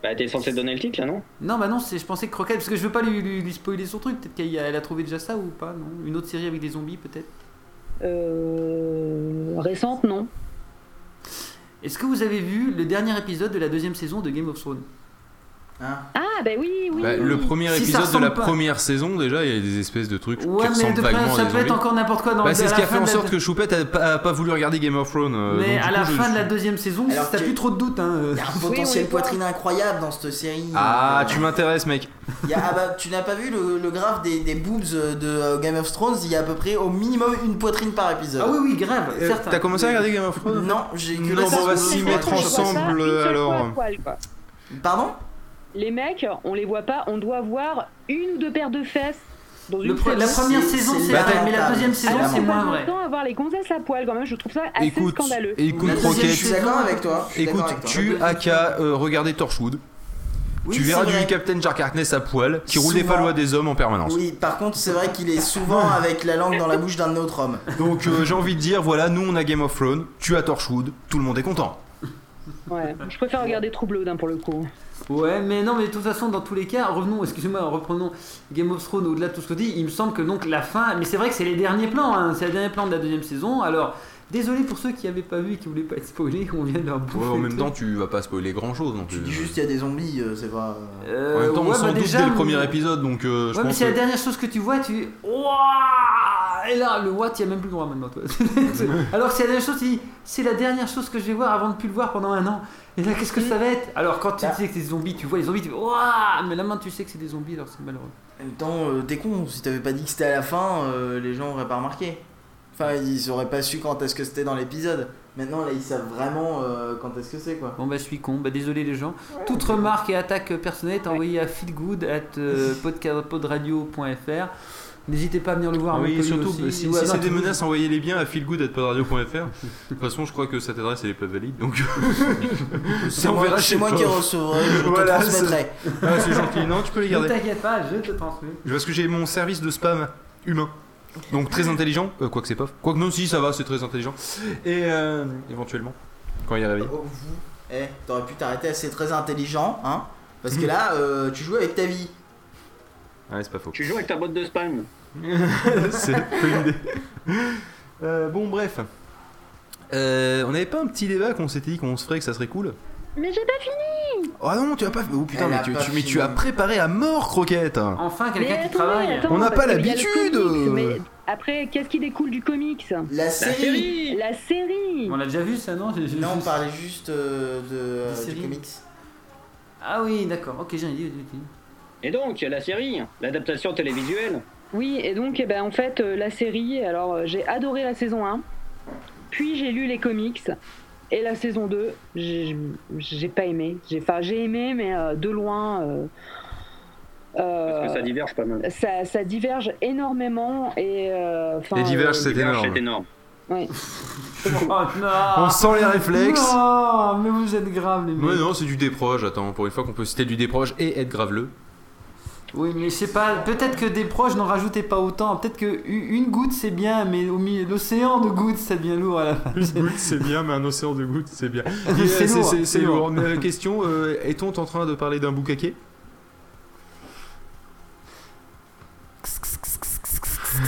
Bah, t'es censé donner le titre, là, non Non, bah non, c'est- je pensais que Croquette, parce que je veux pas lui, lui- lui spoiler son truc, peut-être qu'elle a, elle a trouvé déjà ça ou pas, non Une autre série avec des zombies, peut-être euh, récente, non Est-ce que vous avez vu le dernier épisode de la deuxième saison de Game of Thrones Hein. Ah Ah, ben oui, oui. Bah, oui. le premier Hmm. Si ça épisode de la ressemble pas. première saison, déjà, il y a des espèces de trucs Ouais, qui mais ressemblent de vaguement à ça des peut être zombies. encore n'importe quoi dans Bah, le- c'est à ce la qui a fait fin en de la- sorte que Choupette a pas, a pas voulu regarder Game of Thrones. euh, Mais donc, à du la coup, je- fin de la je- deuxième saison, Alors t'as que- plus trop de doutes. hein, euh. Il y a un Oui, potentiel oui. poitrine incroyable dans cette série. Ah, Euh, tu m'intéresses, mec. il y a- ah bah, tu n'as pas vu le, le graphe des, des boobs euh, de euh, Game of Thrones Il y a à peu près au minimum une poitrine par épisode. Ah oui, oui, grave, Euh, certain. T'as commencé à regarder Game of Thrones Non, j'ai que Non, la bon, on va saison s'y un. Les mettre mecs, on voit ensemble, pas une seule alors. fois à poil, quoi. Pardon Les mecs, on les voit pas, on doit voir une ou deux paires de fesses dans Le une pre- la série. première C'est- saison, c'est c'est lamentable. vrai, mais la deuxième C'est saison, Alors, c'est on moins passe vrai. notre temps à voir les gonzesses à poil quand même, je trouve ça assez Écoute, scandaleux. écoute La deuxième, Je Croquette. suis d'accord avec toi. Je suis d'accord Écoute, avec toi. tu as qu'à euh, regarder Torchwood. Oui, tu verras c'est vrai. du Captain Jack Harkness à poil qui roule des Souvent. palois des hommes en permanence. Oui, par contre, c'est vrai qu'il est souvent avec la langue dans la bouche d'un autre homme. Donc euh, j'ai envie de dire, voilà, nous on a Game of Thrones, tu as Torchwood, tout le monde est content. Ouais, je préfère regarder Troublodin pour le coup. Ouais, mais non, mais de toute façon, dans tous les cas, revenons, excusez-moi, reprenons Game of Thrones au-delà de tout ce qu'on dit. Il me semble que donc la fin, mais c'est vrai que c'est les derniers plans, hein, c'est les derniers plans de la deuxième saison. Alors, désolé pour ceux qui n'avaient pas vu et qui voulaient pas être spoilés, on vient de leur bouffer. Ouais, en le même truc. temps, tu vas pas spoiler grand chose. Donc, Tu euh, dis juste qu'il y a des zombies, euh, c'est pas. euh, Euh, en même temps, on ouais, s'en bah, doute déjà, dès le mais- premier épisode, donc euh, je Ouais, mais pense c'est la que- dernière chose que tu vois, tu. Ouah Et là, le what, il a même plus le droit maintenant, toi. Alors que c'est la dernière chose, tu dis, c'est la dernière chose que je vais voir avant de plus le voir pendant un an. Et là, qu'est-ce que ça va être Alors, quand tu Bah. sais que c'est des zombies, tu vois les zombies, tu fais Ouah Mais la main, tu sais que c'est des zombies, alors c'est malheureux. En même temps, euh, t'es con, si t'avais pas dit que c'était à la fin, euh, les gens auraient pas remarqué. Enfin, ils auraient pas su quand est-ce que c'était dans l'épisode. Maintenant, là, ils savent vraiment euh, quand est-ce que c'est, quoi. Bon, bah, je suis con, bah, désolé les gens. Toute remarque et attaque personnelle est envoyée à feelgood at euh, podca- podradio.fr. N'hésitez pas à venir le voir. Oui, Montpellier surtout, bah, aussi. si, Ou à si c'est des Toulouse. menaces, envoyez-les bien à feelgood.radio.fr. De toute façon, je crois que cette adresse, elle est pas valide, donc euh, C'est on verra c'est chez moi toi. qui recevrai, je Voilà, te transmettrai. Ah, c'est gentil. Non, tu peux les Ne garder. t'inquiète pas, je te transmets. Parce que j'ai mon service de spam humain. Donc très intelligent, euh, quoique c'est pas. Quoique non, si ça va, c'est très intelligent. Et euh, éventuellement, quand il est réveillé. Oh, vous, eh, t'aurais pu t'arrêter assez très intelligent, hein Parce que là, euh, tu joues avec ta vie. Ah Ouais, c'est pas faux. Tu joues avec ta botte de spam. c'est pas une idée. Euh, bon, bref. Euh, on avait pas un petit débat qu'on s'était dit qu'on se ferait que ça serait cool Mais j'ai pas fini Oh non, tu as pas. Oh putain, Elle mais a tu, pas tu- mais tu fini. as préparé à mort, Croquette Enfin, Mais quelqu'un qui attendez, travaille. hein. attends, On n'a parce pas que il y a le l'habitude, comics, euh. mais Après, qu'est-ce qui découle du comics La La série série La série On l'a déjà vu ça, non J'ai- j'ai- Non, on parlait juste euh, de, Des euh, du séries. comics. Ah oui, d'accord. Ok, j'ai une idée. j'ai une idée. Et donc, la série, l'adaptation télévisuelle. Oui, et donc, eh ben, en fait, euh, la série, alors euh, j'ai adoré la saison 1, puis j'ai lu les comics, et la saison 2, j'ai j'ai pas aimé. J'ai enfin, j'ai aimé, mais euh, de loin. euh, euh, Parce que ça diverge pas mal. ça, ça diverge énormément et euh, enfin, Et diverge, euh, c'est Diverge, énorme. C'est énorme. Oh non On sent les réflexes. Non, mais vous êtes grave les mecs. Ouais, non, c'est du déproche, attends, pour une fois qu'on peut citer du déproche et être graveleux. Oui, mais je sais pas. Peut-être que des proches n'en rajoutaient pas autant. Peut-être que u- une goutte c'est bien, mais au milieu l'océan de gouttes ça devient lourd à la fin. Une goutte, c'est bien, mais un océan de gouttes, c'est bien. C'est C'est lourd, c'est c'est lourd. Mais, euh, question, euh, est-on en train de parler d'un boucaquet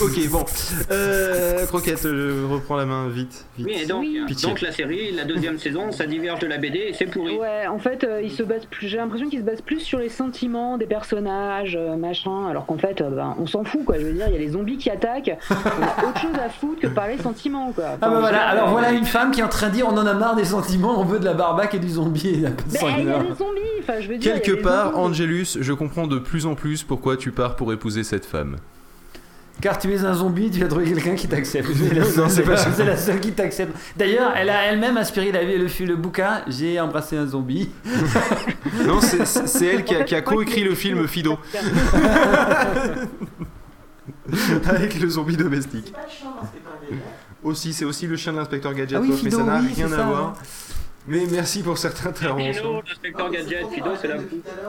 Ok, bon. Euh, Croquette, je reprends la main, vite. vite. Oui, et donc, Oui. Pitié. donc la série, la deuxième saison, ça diverge de la BD et c'est pourri. Ouais, en fait, euh, il se base plus. J'ai l'impression qu'il se base plus sur les sentiments des personnages, euh, machin. Alors qu'en fait, euh, ben, on s'en fout, quoi. Je veux dire, il y a les zombies qui attaquent. on a autre chose à foutre que de parler sentiments, quoi. Ah Enfin, bah voilà, je veux dire, alors euh, voilà une femme qui est en train de dire on en a marre des sentiments, on veut de la barbaque et du zombie. Et la ben, personne il y a meurt. des zombies. Enfin, je veux dire. il y Quelque a des part, zombies. Angelus, je comprends de plus en plus pourquoi tu pars pour épouser cette femme. Car tu es un zombie, tu as trouvé quelqu'un qui t'accepte. C'est la, Non, c'est seule- pas ça. c'est la seule qui t'accepte. D'ailleurs, elle a elle-même inspiré la, le, le bouquin J'ai embrassé un zombie. Non, c'est c'est elle qui En a, fait, qui a je crois coécrit que- le film Fido avec le zombie domestique. Aussi, c'est aussi le chien de l'inspecteur Gadget, Ah oui, quoi, Fido, mais ça n'a oui, rien c'est à ça, voir. ouais. Mais merci pour cette intervention. Fido, l'inspecteur Gadget, Fido, c'est la Depuis tout à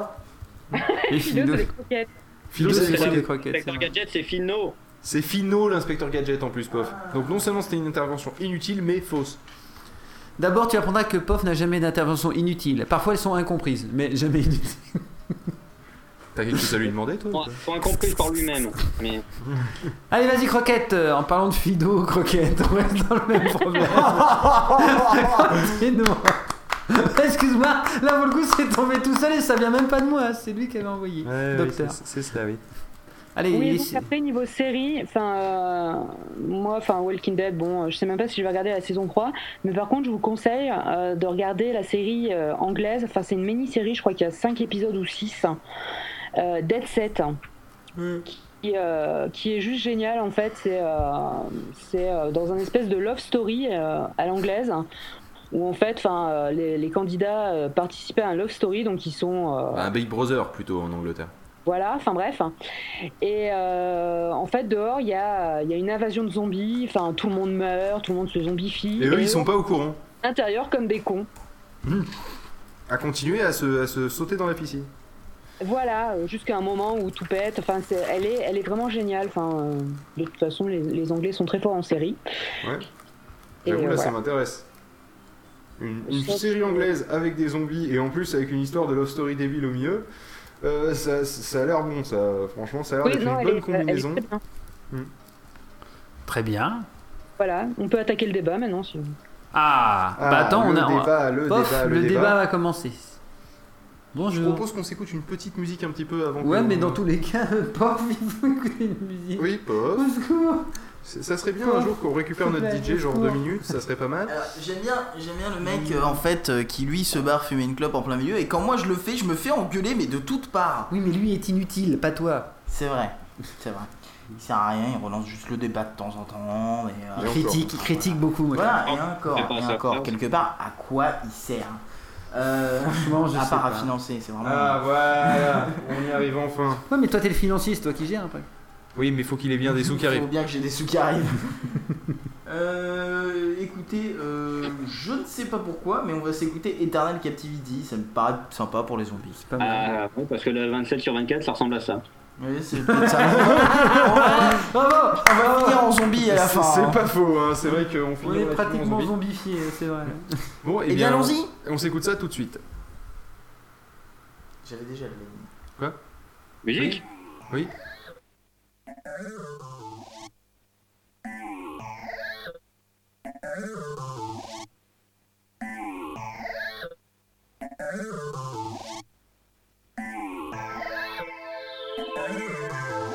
l'heure. Et Fido, c'est les croquettes. Fido, c'est c'est le- la- des croquettes. c'est L'inspecteur vrai. Gadget, c'est Fino. c'est Fino l'inspecteur Gadget en plus, pof. Donc non seulement c'était une intervention inutile, mais fausse. D'abord, tu apprendras que POF n'a jamais d'intervention inutile. Parfois, elles sont incomprises, mais jamais inutiles. T'as quelque chose à lui demander, toi ou Bon, pas Faut incompris par lui-même. Mais Allez, vas-y, croquette. euh, En parlant de Fido, croquette, on reste dans le même problème. Rapidement. Excuse-moi, là pour le coup c'est tombé tout seul et ça vient même pas de moi, c'est lui qui avait envoyé. Ouais, oui, Docteur. c'est- c'est cela, oui. Allez, il Oui, est- donc après niveau série, enfin euh, moi, enfin Walking Dead, bon, euh, je sais même pas si je vais regarder la saison 3, mais par contre, je vous conseille euh, de regarder la série euh, anglaise. Enfin, c'est une mini-série, je crois qu'il y a 5 épisodes ou 6. Dead Set. Qui, euh, qui est juste génial en fait, c'est euh, c'est, euh, dans un espèce de love story euh, à l'anglaise où en fait, enfin, euh, les, les candidats euh, participaient à un love story, donc ils sont euh, Bah, Un Big Brother plutôt en Angleterre. voilà, enfin bref. Et euh, en fait, dehors, il y a, il y a une invasion de zombies. Enfin, tout le monde meurt, tout le monde se zombifie. Et eux, ils sont pas au courant. à l'intérieur comme des cons. À continuer à se, à se sauter dans la piscine. Voilà, euh, jusqu'à un moment où tout pète. Enfin, c'est- elle, est, elle est vraiment géniale. Enfin, euh, de toute façon, les, les Anglais sont très forts en série. Ouais. Et, J'avoue, euh, là, ça voilà. m'intéresse. Une, une Je pense série que- anglaise avec des zombies et en plus avec une histoire de love story débile au milieu, euh, ça, ça a l'air bon, ça. Franchement, ça a l'air Oui, d'être non, une elle bonne est- elle est combinaison. très bien. Très bien. Voilà, on peut attaquer le débat maintenant. si- Ah, bah attends, le on a. on- Débat, le Pof, débat, le débat va commencer. Je Bonjour. propose qu'on s'écoute une petite musique un petit peu avant. Ouais, que- mais dans tous les cas, pas envie de écouter une musique. Oui, pop. Au secours. C'est- Ça serait bien Quoi un jour qu'on récupère S'il te notre plaît, DJ, genre secours. deux minutes, ça serait pas mal. Alors, J'aime bien, j'aime bien le mec euh, en fait euh, qui lui se barre fumer une clope en plein milieu et quand moi je le fais, je me fais engueuler mais de toutes parts. Oui, mais lui est inutile, pas toi. C'est vrai, c'est vrai. Il sert à rien, il relance juste le débat de temps en temps. Et Et, euh, Il encore. critique, il critique beaucoup. Moi. voilà, et c'est pas encore, et ça. encore, quelque part, à quoi il sert hein. Euh, Franchement, je À sais part à pas. financer, c'est vraiment. Ah voilà, on y arrive enfin. Ouais, mais toi, t'es le financier, c'est toi qui gères après. Oui, mais faut qu'il ait bien des sous qui Il faut arrivent. bien que j'ai des sous qui arrivent. Euh, écoutez, euh, je ne sais pas pourquoi, mais on va s'écouter Eternal Captivity. Ça me paraît sympa pour les zombies. C'est pas mal. Ah, ouais, parce que le 27 sur 24, ça ressemble à ça. Oui, c'est peut-être ça. on va Bravo, bravo. finir en zombie à la C'est- fin. hein. C'est pas faux, hein, c'est vrai qu'on finit On est relativement pratiquement zombie. zombifiés, c'est vrai. Bon, et Eh bien, allons-y. On s'écoute ça tout de suite. J'avais déjà le Musique Oui. Thank